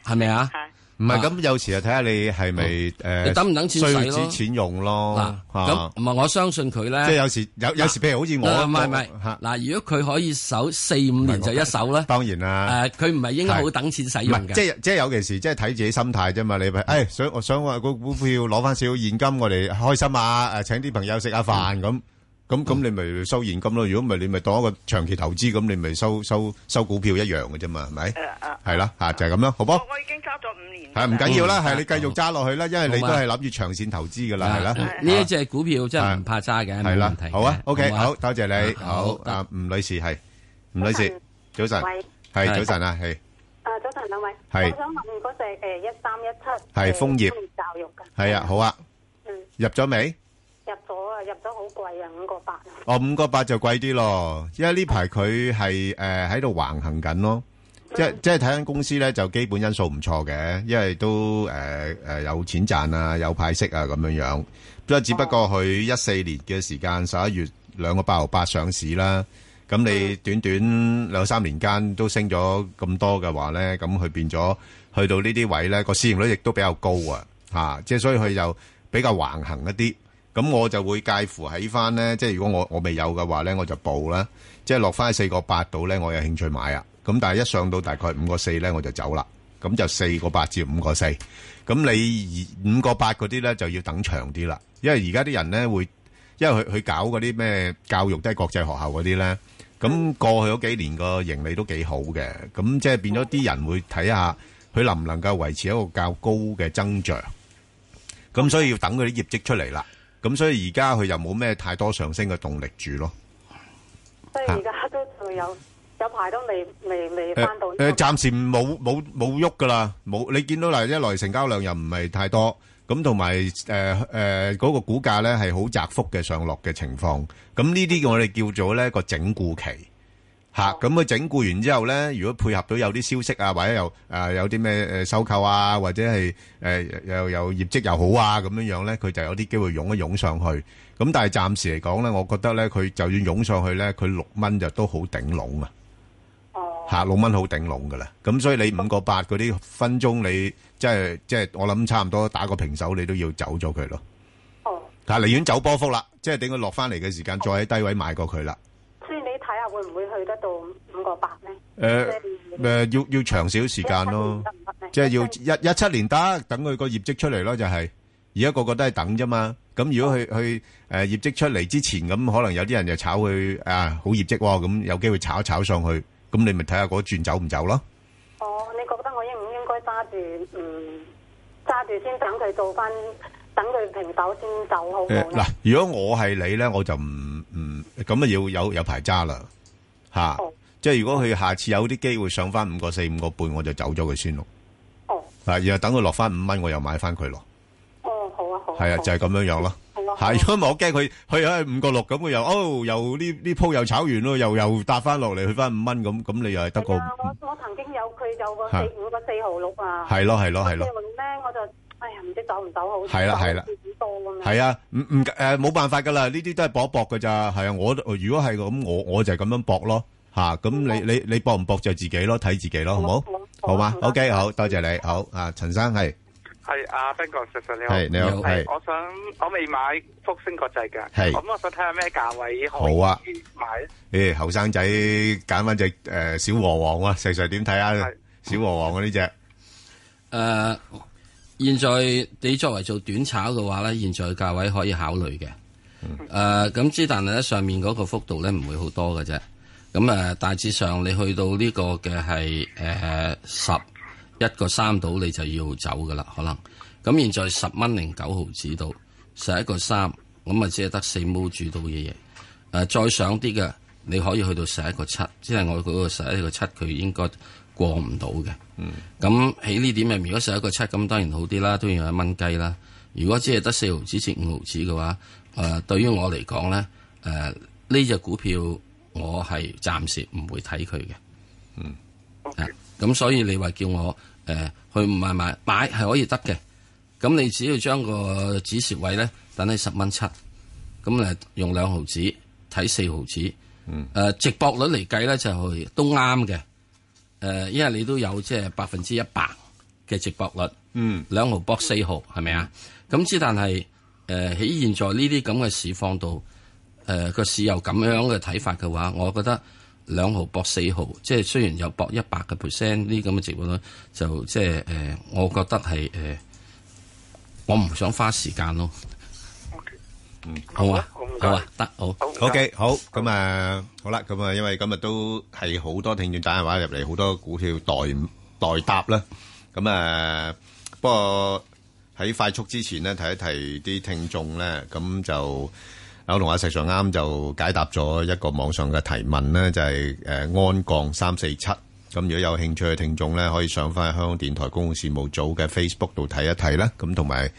S3: 係咪啊？
S2: 唔係，咁有時就睇下你係咪，誒，
S3: 你等唔等錢
S2: 需要
S3: 使咯。
S2: 啲錢用咯，
S3: 嗱，
S2: 嚇。
S3: 咁唔係我相信佢咧，
S2: 啊即係有時有有時譬如好似我
S3: 嗱唔係唔係，嗱，如果佢可以守四五年就一手咧，
S2: 當然啦，
S3: 誒，佢唔係應該好等錢使用
S2: 唔係，
S3: 嘅，
S2: 即係-即係尤其是即係睇自己心態啫嘛，你咪，哎，想-我想話個股票攞返少少現金，我哋開心下，誒，請啲朋友食下飯咁，咁-咁你咪收現金咯，如果唔係你咪當一個長期投資，咁你咪收-收-收股票一樣嘅啫嘛，係咪？係啦，啊，就係咁啦，好噃？
S11: 啊我已經揸咗五年。
S2: 係，唔緊要啦，
S3: 嗯，
S2: 係，你繼續揸落去啦，因為你
S3: 好嘛。
S2: 都係諗住長線投資㗎啦，係啦。
S3: 啊呢一隻股票真係唔怕揸嘅，
S2: 係啦，
S3: 冇問題嘅
S2: 好啊，OK，
S3: 嘛
S2: 好，多謝你，
S3: 好，
S2: 好，啊，吳女士，係，吳女士，早晨，
S12: 喂。
S2: 係，早晨啊，係。
S12: 啊，早晨兩位，
S2: 係
S12: 我想問嗰只誒一三一七呃
S2: 係楓葉
S12: 教育嘅，
S2: 系啊，好啊，
S12: 嗯，
S2: 入咗未？
S12: 入咗啊，入咗好貴啊，五個八啊，
S2: 哦，五個八就貴啲咯，因為呢排佢係诶喺度橫行緊咯，即係即系睇緊公司咧就基本因素唔錯嘅，因為都诶诶有錢賺啊，有派息啊咁樣樣。不過只不過佢一四年嘅時間十一月兩個八毫八上市啦，咁你短短兩三年間都升咗咁多嘅話咧，咁佢變咗去到呢啲位咧個市盈率亦都比較高啊，吓、即係所以佢就比較橫行一啲。咁我就會介乎喺翻咧，即係如果我我未有嘅話咧，我就報啦。即係落翻四個八度咧，我有興趣買啊。咁但係一上到大概五個四咧，我就走啦。咁就四個八至五個四。咁你五個八嗰啲咧就要等長啲啦，因為而家啲人咧會，因為佢佢搞嗰啲咩教育都係國際學校嗰啲咧。咁過去嗰幾年個盈利都幾好嘅，咁即係變咗啲人會睇下佢能唔能夠維持一個較高嘅增長。咁所以要等佢啲業績出嚟啦。咁所以而家佢又冇咩太多上升嘅動力住咯，
S12: 所以而家都仲有有排都未未未翻到呢個。
S2: 诶，暂时冇冇冇喐噶啦，冇你見到嗱，一來成交量又唔係太多，咁同埋诶诶嗰個股價咧係好窄幅嘅上落嘅情況，咁呢啲我哋叫做咧個整固期。吓，咁佢整固完之後咧，如果配合到有啲消息啊，或者又誒有啲咩誒收購啊，或者係誒又又業績又好啊咁樣樣咧，佢就有啲機會湧一湧上去。咁但係暫時嚟講咧，我覺得咧佢就算湧上去咧，佢六蚊就都好頂籠啊。嚇六蚊好頂籠噶啦，咁所以你五個八嗰啲分鐘你即係即係我諗差唔多打個平手，你都要走咗佢咯。
S12: 哦，
S2: 嚇寧願走波幅啦，即係等佢落翻嚟嘅時間再喺低位買過佢啦。
S12: 所以你睇下會唔會去得到五個八咧？
S2: 誒誒，要要長少時間咯，即係要一一七年得，等佢個業績出嚟咯，就係而家個個都係等啫嘛。咁如果佢佢誒業績出嚟之前，咁可能有啲人就炒佢啊好業績喎，咁有機會炒一炒上去，咁你咪睇下嗰轉走唔走咯。
S12: 哦，你覺得我應唔應該揸住嗯揸住先等佢做翻，等佢平手先走好唔好
S2: 誒
S12: 咧
S2: 嗱？，如果我係你咧，我就唔唔咁啊，要有有排揸啦吓，即係如果佢下次有啲機會上翻五個四五個半，我就走咗佢先咯。
S12: 哦，
S2: 啊，然後等佢落翻五蚊，我又買翻佢咯。
S12: 哦，好啊，好啊。
S2: 係啊，就係咁樣樣咯。
S12: 好啊好啊
S2: 係，因為我驚佢去喺五個六咁，佢又哦又呢呢鋪又炒完咯，又又搭翻落嚟去翻五蚊咁，咁你又係得個
S12: 啊我我曾經有佢有個四
S2: 係
S12: 五個四號六啊。
S2: 係咯係咯係咯
S12: 四號六咧，我就哎呀唔知走唔走好。
S2: 係啦係
S12: 走好
S2: 啦
S12: 似幾多咁樣。
S2: 係啊，唔唔诶冇辦法㗎啦，呢啲都係搏一搏㗎咋。係啊，我如果係咁，我我就係咁樣搏咯。吓，咁你你你搏唔搏就自己咯，睇自己嗯咯，好冇？好啊嘛？OK，好多謝你，好啊，陳生係
S13: 係啊，Ben 哥，石 Sir 你好，
S2: 係你好係
S13: 我想我未買福星國際㗎，
S2: 係
S13: 咁我想睇下咩價位可
S2: 好啊
S13: 以買咧
S2: 诶後生仔揀翻只诶小和王啊，細細點睇啊？小和王嗰呢只
S3: 诶，现呃在你作為做短炒嘅話咧，現在價位可以考慮嘅。诶，咁之但係咧，上面嗰個幅度咧唔會好多嘅啫。咁诶，呃大致上你去到呢個嘅係诶十一個三度，你就要走噶啦，可能。咁現在十蚊零九毫子度，十一個三，咁啊只係得四毛主到嘅嘢。誒、再上啲嘅，你可以去到十一個七，即係我嗰個十一個七，佢應該過唔到嘅。嗯，咁喺呢點入面，如果十一個七咁，當然好啲啦，都要有一蚊雞啦。如果只係得四毫子至五毫子嘅話，誒、對於我嚟講咧，誒呢只股票我係暫時唔會睇佢嘅。嗯，啊，咁所以你話叫我誒、去唔買買買係可以得嘅，咁你只要將個止蝕位咧等喺十蚊七。咁誒用兩毫子睇四毫子，誒、直播率嚟計咧就係都啱嘅，誒、因為你都有即呃係百分之一百嘅直播率，
S2: 嗯，
S3: 兩毫博四毫係咪啊？咁之但係誒喺現在呢啲咁嘅市況度，誒、個市有咁樣嘅睇法嘅話，我覺得兩毫博四毫，即係雖然有博一百嘅 percent 呢啲咁嘅直播率，就即係誒、呃我覺得係誒、呃我唔想花時間咯。好啊，好啊，得好。
S2: OK，好，咁啊，好啦，咁啊，因為今日都係好多聽眾打電話入嚟，好多股票代代答啦。咁啊，不過喺快速之前呢，提一提啲聽眾咧，咁就我同阿石 Sir 啱就解答咗一個網上嘅提問咧，就係、誒、安降三四七。咁如果有興趣嘅聽眾咧，可以上翻香港電台公共事務組嘅 Facebook 度睇一睇啦。咁同埋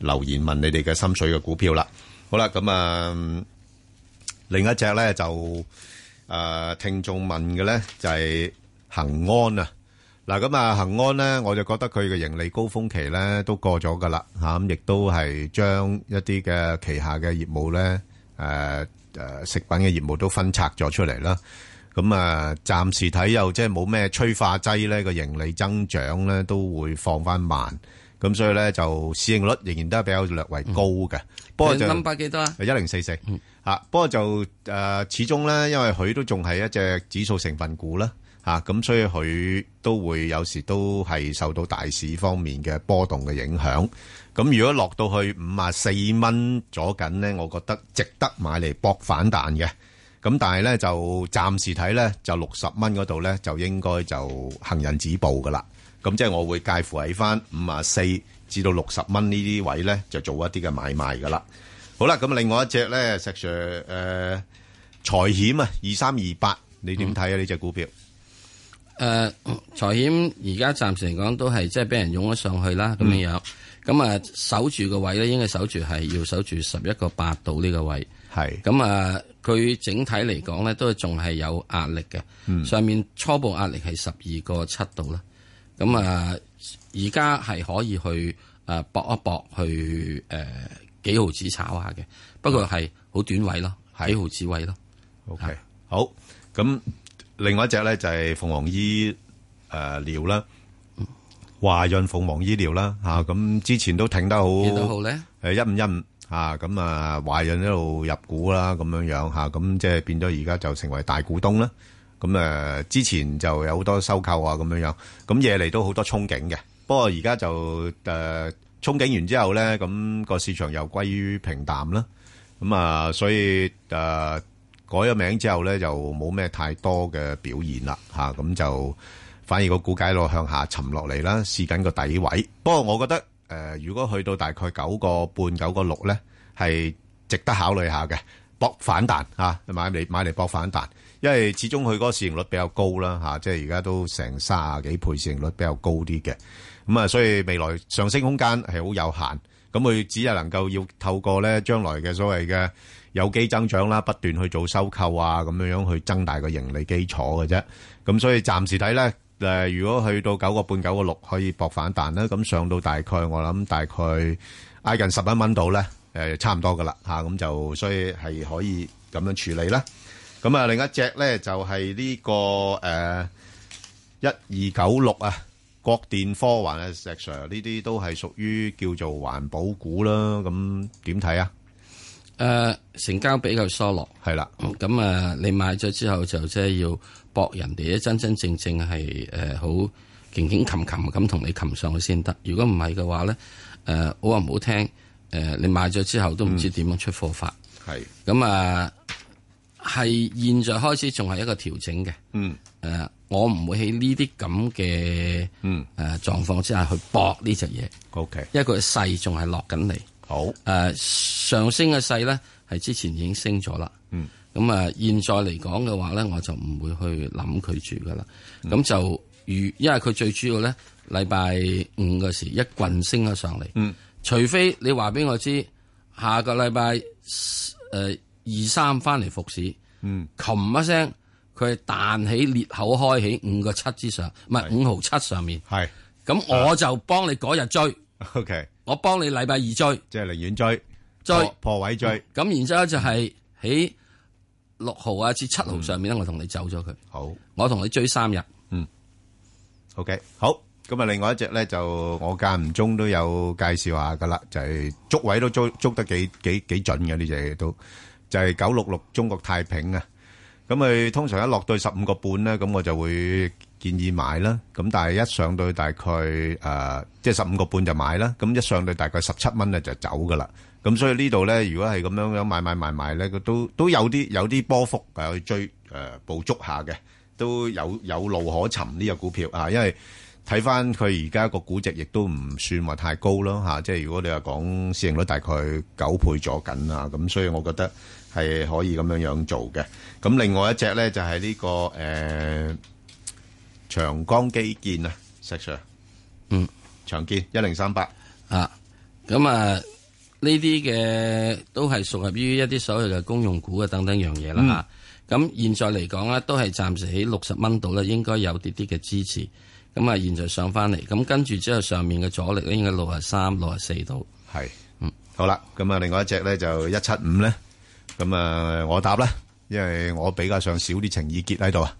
S2: 留言問你哋嘅心水嘅股票啦。好啦，咁啊。嗯另一隻咧就誒、呃、聽眾問嘅咧就係、恒安啊。嗱咁啊，恒安咧，我就覺得佢嘅盈利高峰期咧都過咗噶啦嚇，咁、亦都係將一啲嘅旗下嘅業務咧，誒、誒、食品嘅業務都分拆咗出嚟啦。咁啊，暫時睇又即係冇咩催化劑咧，個盈利增長咧都會放翻慢。咁所以咧就市盈率仍然都係比較略為高嘅，不過就
S3: number 幾多啊？
S2: 一零四四吓，不過就诶、呃始終咧，因為佢都仲係一隻指數成分股啦吓，咁、所以佢都會有時都係受到大市方面嘅波動嘅影響。咁如果落到去五啊四蚊左緊咧，我覺得值得買嚟搏反彈嘅。咁但係咧就暫時睇咧，就六十蚊嗰度咧就應該就行人止步噶啦。咁即係我會介乎喺翻五啊四至到六十蚊呢啲位咧，就做一啲嘅買賣噶啦。好啦，咁另外一隻咧，石 Sir 誒、呃財險啊，二三二八，你點睇啊？呢只股票
S3: 誒呃財險而家暫時嚟講都係即係俾人湧咗上去啦，咁樣樣。咁啊守住個位咧，應該守住係要守住十一個八度呢個位。
S2: 係。
S3: 咁啊，佢整體嚟講咧，都仲係有壓力嘅。
S2: 嗯
S3: 上面初步壓力係十二個七度啦。咁啊，而家係可以去誒搏、一搏，去誒、呃、幾毫子炒下嘅。不過係好短位咯，幾毫子位咯。
S2: OK，好。咁另外一隻咧就係鳳凰醫誒療啦，華潤鳳凰醫療啦嚇。咁之前都挺得好，
S3: 幾多號咧？
S2: 誒一五一五嚇，咁啊華潤一路入股啦，咁樣樣嚇，咁即係變咗而家就成為大股東啦。咁誒之前就有好多收購啊，咁樣樣，咁嘢嚟都好多憧憬嘅。不過而家就誒、呃憧憬完之後咧，咁、個市場又歸於平淡啦。咁啊，所以誒、呃改咗名之後咧，就冇咩太多嘅表現啦嚇，咁、就反而個股價一路向下沉落嚟啦，試緊個底位。不過我覺得誒、呃如果去到大概九個半、九個六咧，係值得考慮下嘅，搏反彈嚇、啊，買嚟買嚟搏反彈，因為始終佢嗰個市盈率比較高啦嚇、即係而家都成卅幾倍市盈率比較高啲嘅。咁啊，所以未來上升空間係好有限。咁佢只係能夠要透過咧將來嘅所謂嘅有機增長啦，不斷去做收購啊，咁樣樣去增大個盈利基礎嘅啫。咁所以暫時睇咧，誒、如果去到九個半、九個六可以搏反彈啦，咁上到大概我諗大概挨近十一蚊度咧，誒、差唔多噶啦嚇，咁、就所以係可以咁樣處理啦。咁啊，另一隻咧就係、呢、個誒。一二九六啊，國電科環啊，石 Sir 呢啲都係屬於叫做環保股啦。咁點睇啊？
S3: 誒、呃成交比較疏落，
S2: 係啦。
S3: 咁啊、你買咗之後就即係要搏人哋真真正正係誒好勁勁擒擒咁同你擒上去先得。如果唔係嘅話咧，誒、好話唔好聽，誒、呃你買咗之後都唔知點樣出貨法。
S2: 係
S3: 咁啊，係現在開始仲係一個調整嘅。
S2: 嗯。
S3: 誒、我唔會喺呢啲咁嘅誒狀況之下去搏呢只嘢。
S2: OK，
S3: 因為佢勢仲係落緊嚟。
S2: 好誒、
S3: 呃上升嘅勢咧係之前已經升咗啦。
S2: 嗯。
S3: 咁啊，現在嚟講嘅話咧，我就唔會去諗佢住噶啦。
S2: 嗯
S3: 咁、就如因為佢最主要咧，禮拜五嘅時一棍升咗上嚟。
S2: 嗯。
S3: 除非你話俾我知，下個禮拜誒二三翻嚟復市。
S2: 嗯，
S3: 冚一聲，佢係彈起裂口開起五個七之上，唔係五毫七上面。
S2: 係，
S3: 咁
S2: 啊
S3: 我就幫你嗰日追。
S2: OK，
S3: 我幫你禮拜二追，即
S2: 係寧願追，
S3: 追
S2: 破破位追。
S3: 嗯咁然之後就係喺六毫啊至七毫上面咧，我同你走咗佢。
S2: 好，
S3: 我同你追三日。
S2: OK，好。咁啊，另外一隻咧就我間唔中都有介紹下噶啦，就係、捉位都捉捉得幾幾幾準嘅呢只嘢都，就係九六六中國太平啊。咁佢通常一落到十五個半咧，咁我就會建議買啦。咁但係一上到大概誒、呃即係十五個半就買啦。咁一上到大概十七蚊咧就走噶啦。咁所以呢度咧，如果係咁樣樣買買買買咧，佢都都有啲有啲波幅誒去追誒、呃捕捉下嘅，都有有路可尋呢個股票啊，因為。睇翻佢而家個估值亦都唔算話太高咯嚇、即係如果你話講市盈率大概九倍咗緊啊，咁所以我覺得係可以咁樣樣做嘅。咁另外一隻咧就係呢、個誒、呃長江基建啊，石 Sir，
S3: 嗯，
S2: 長建一零三八
S3: 啊，咁啊呢啲嘅都係屬於一啲所謂嘅公用股啊等等樣嘢啦嚇。咁、現在嚟講咧，都係暫時喺六十蚊度咧，應該有啲啲嘅支持。咁啊，現在上翻嚟，咁跟住之後上面嘅阻力咧，應該六啊三、六啊四度。
S2: 係，嗯，好啦，咁啊，另外一隻咧就一七五咧，咁啊，我答啦，因為我比較上少啲情意結喺度啊。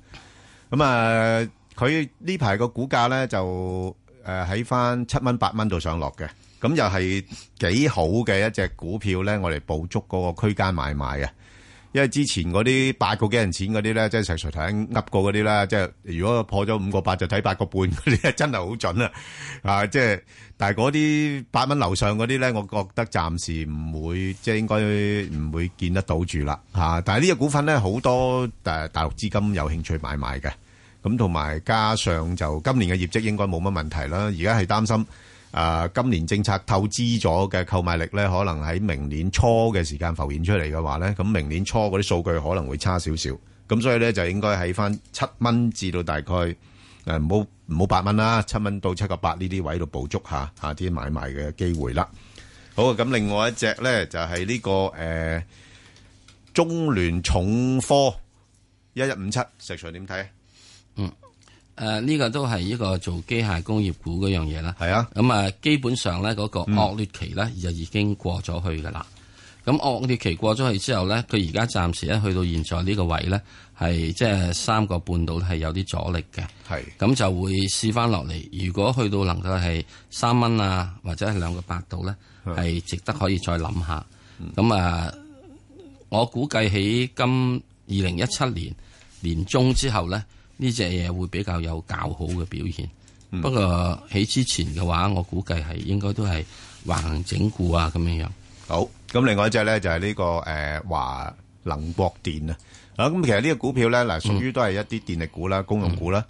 S2: 咁啊，佢呢排個股價咧就誒喺翻七蚊八蚊度上落嘅，咁又係幾好嘅一隻股票咧，我哋捕捉嗰個區間買賣嘅。啊因為之前嗰啲八個幾人錢嗰啲咧，即係石 Sir 頭先噏過嗰啲啦，即係如果破咗五個八就睇八個半嗰啲，真係好準啊！啊，即係但係嗰啲八蚊樓上嗰啲咧，我覺得暫時唔會，即係應該唔會見得到住啦嚇。但係呢個股份咧，好多誒大陸資金有興趣買賣嘅。咁同埋加上就今年嘅業績應該冇乜問題啦，而家係擔心誒、啊今年政策透支咗嘅購買力咧，可能喺明年初嘅時間浮現出嚟嘅話咧，咁明年初嗰啲數據可能會差少少，咁所以咧就應該喺翻七蚊至到大概誒唔好唔好八蚊啦，七蚊到七個八呢啲位度捕捉下下啲買賣嘅機會啦。好啊，咁另外一隻咧就係呢個誒中聯重科一一五七，石 Sir 點睇啊？
S3: 嗯，誒呢個都係一個做機械工業股嗰樣嘢啦。
S2: 係啊，
S3: 咁啊基本上咧嗰個惡劣期咧就已經過咗去噶啦。咁惡劣期過咗去之後咧，佢而家暫時咧去到現在呢個位咧，係即係三個半度係有啲阻力嘅。
S2: 係
S3: 咁就會試翻落嚟。如果去到能夠係三蚊啊，或者係兩個八度咧，係值得可以再諗下。咁啊，我估計喺今二零一七年年中之後咧，呢只嘢會比較有較好嘅表現。不過喺之前嘅話，我估計係應該都係橫行整固啊咁樣樣。
S2: 好，咁另外一隻咧就係呢個誒華能國電啊，啊咁其實呢個股票咧嗱，屬於都係一啲電力股啦、公用股啦。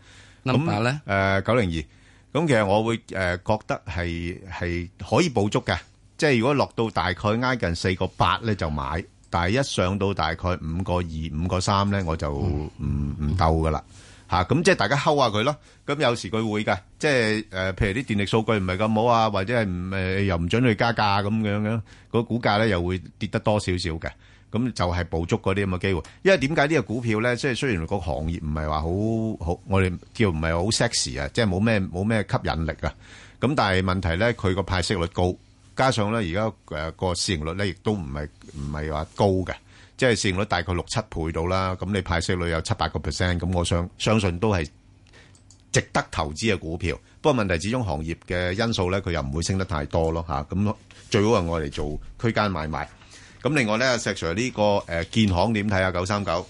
S3: number 咧
S2: 誒呃九零二，咁其實我會誒呃覺得係係可以捕捉嘅，即係如果落到大概挨近四個八咧就買，但係一上到大概五個二、五個三咧我就唔唔鬥噶啦。嚇，咁即係大家睺下佢咯。咁有時佢會嘅，即係誒，譬如啲電力數據唔係咁好啊，或者係唔誒又唔準佢加價咁樣樣，個股價咧又會跌得多少少嘅。咁就係捕捉嗰啲咁嘅機會。因為點解呢個股票咧，即係雖然個行業唔係話好好，我哋叫唔係好 sexy 啊，即係冇咩冇咩吸引力啊。咁但係問題咧，佢個派息率高，加上咧而家誒個市盈率咧亦都唔係唔係話高嘅。即係市盈率大概六七倍到啦，咁你派息率有七八個 percent，咁我相相信都係值得投資嘅股票。不過問題始終行業嘅因素咧，佢又唔會升得太多咯嚇。咁、最好係我嚟做區間買賣。咁另外咧，石 Sir 呢、個誒、建行點睇啊？九三九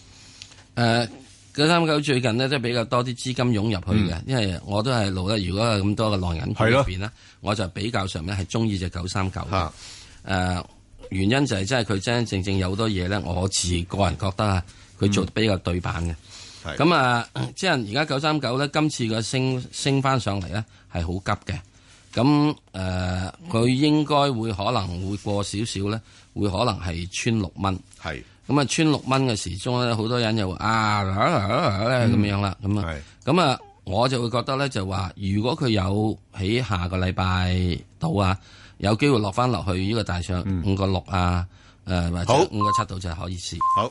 S3: 誒九三九最近呢，都比較多啲資金湧入去嘅，因為我都係老啦。如果有咁多嘅內銀股
S2: 嗯係
S3: 入
S2: 咯
S3: 邊咧，我就比較上咧係中意只九三九嘅
S2: 嚇。
S3: 誒原因就係真係佢真真正正有好多嘢咧，我自己個人覺得啊，佢
S2: 嗯
S3: 做得比較對版嘅。咁啊， 即係而家九三九咧，今次個升升翻上嚟咧係好急嘅。咁誒，呃佢、應該會可能會過少少咧，會可能係穿六蚊。
S2: 係。
S3: 咁啊，穿六蚊嘅時鐘咧，好多人又話啊咁、樣啦，咁啊，咁啊，我就會覺得咧就話，如果佢有喺下個禮拜到啊，有機會落翻落去呢個大上五個六啊，誒、或者五個七度就可以試。
S2: 好。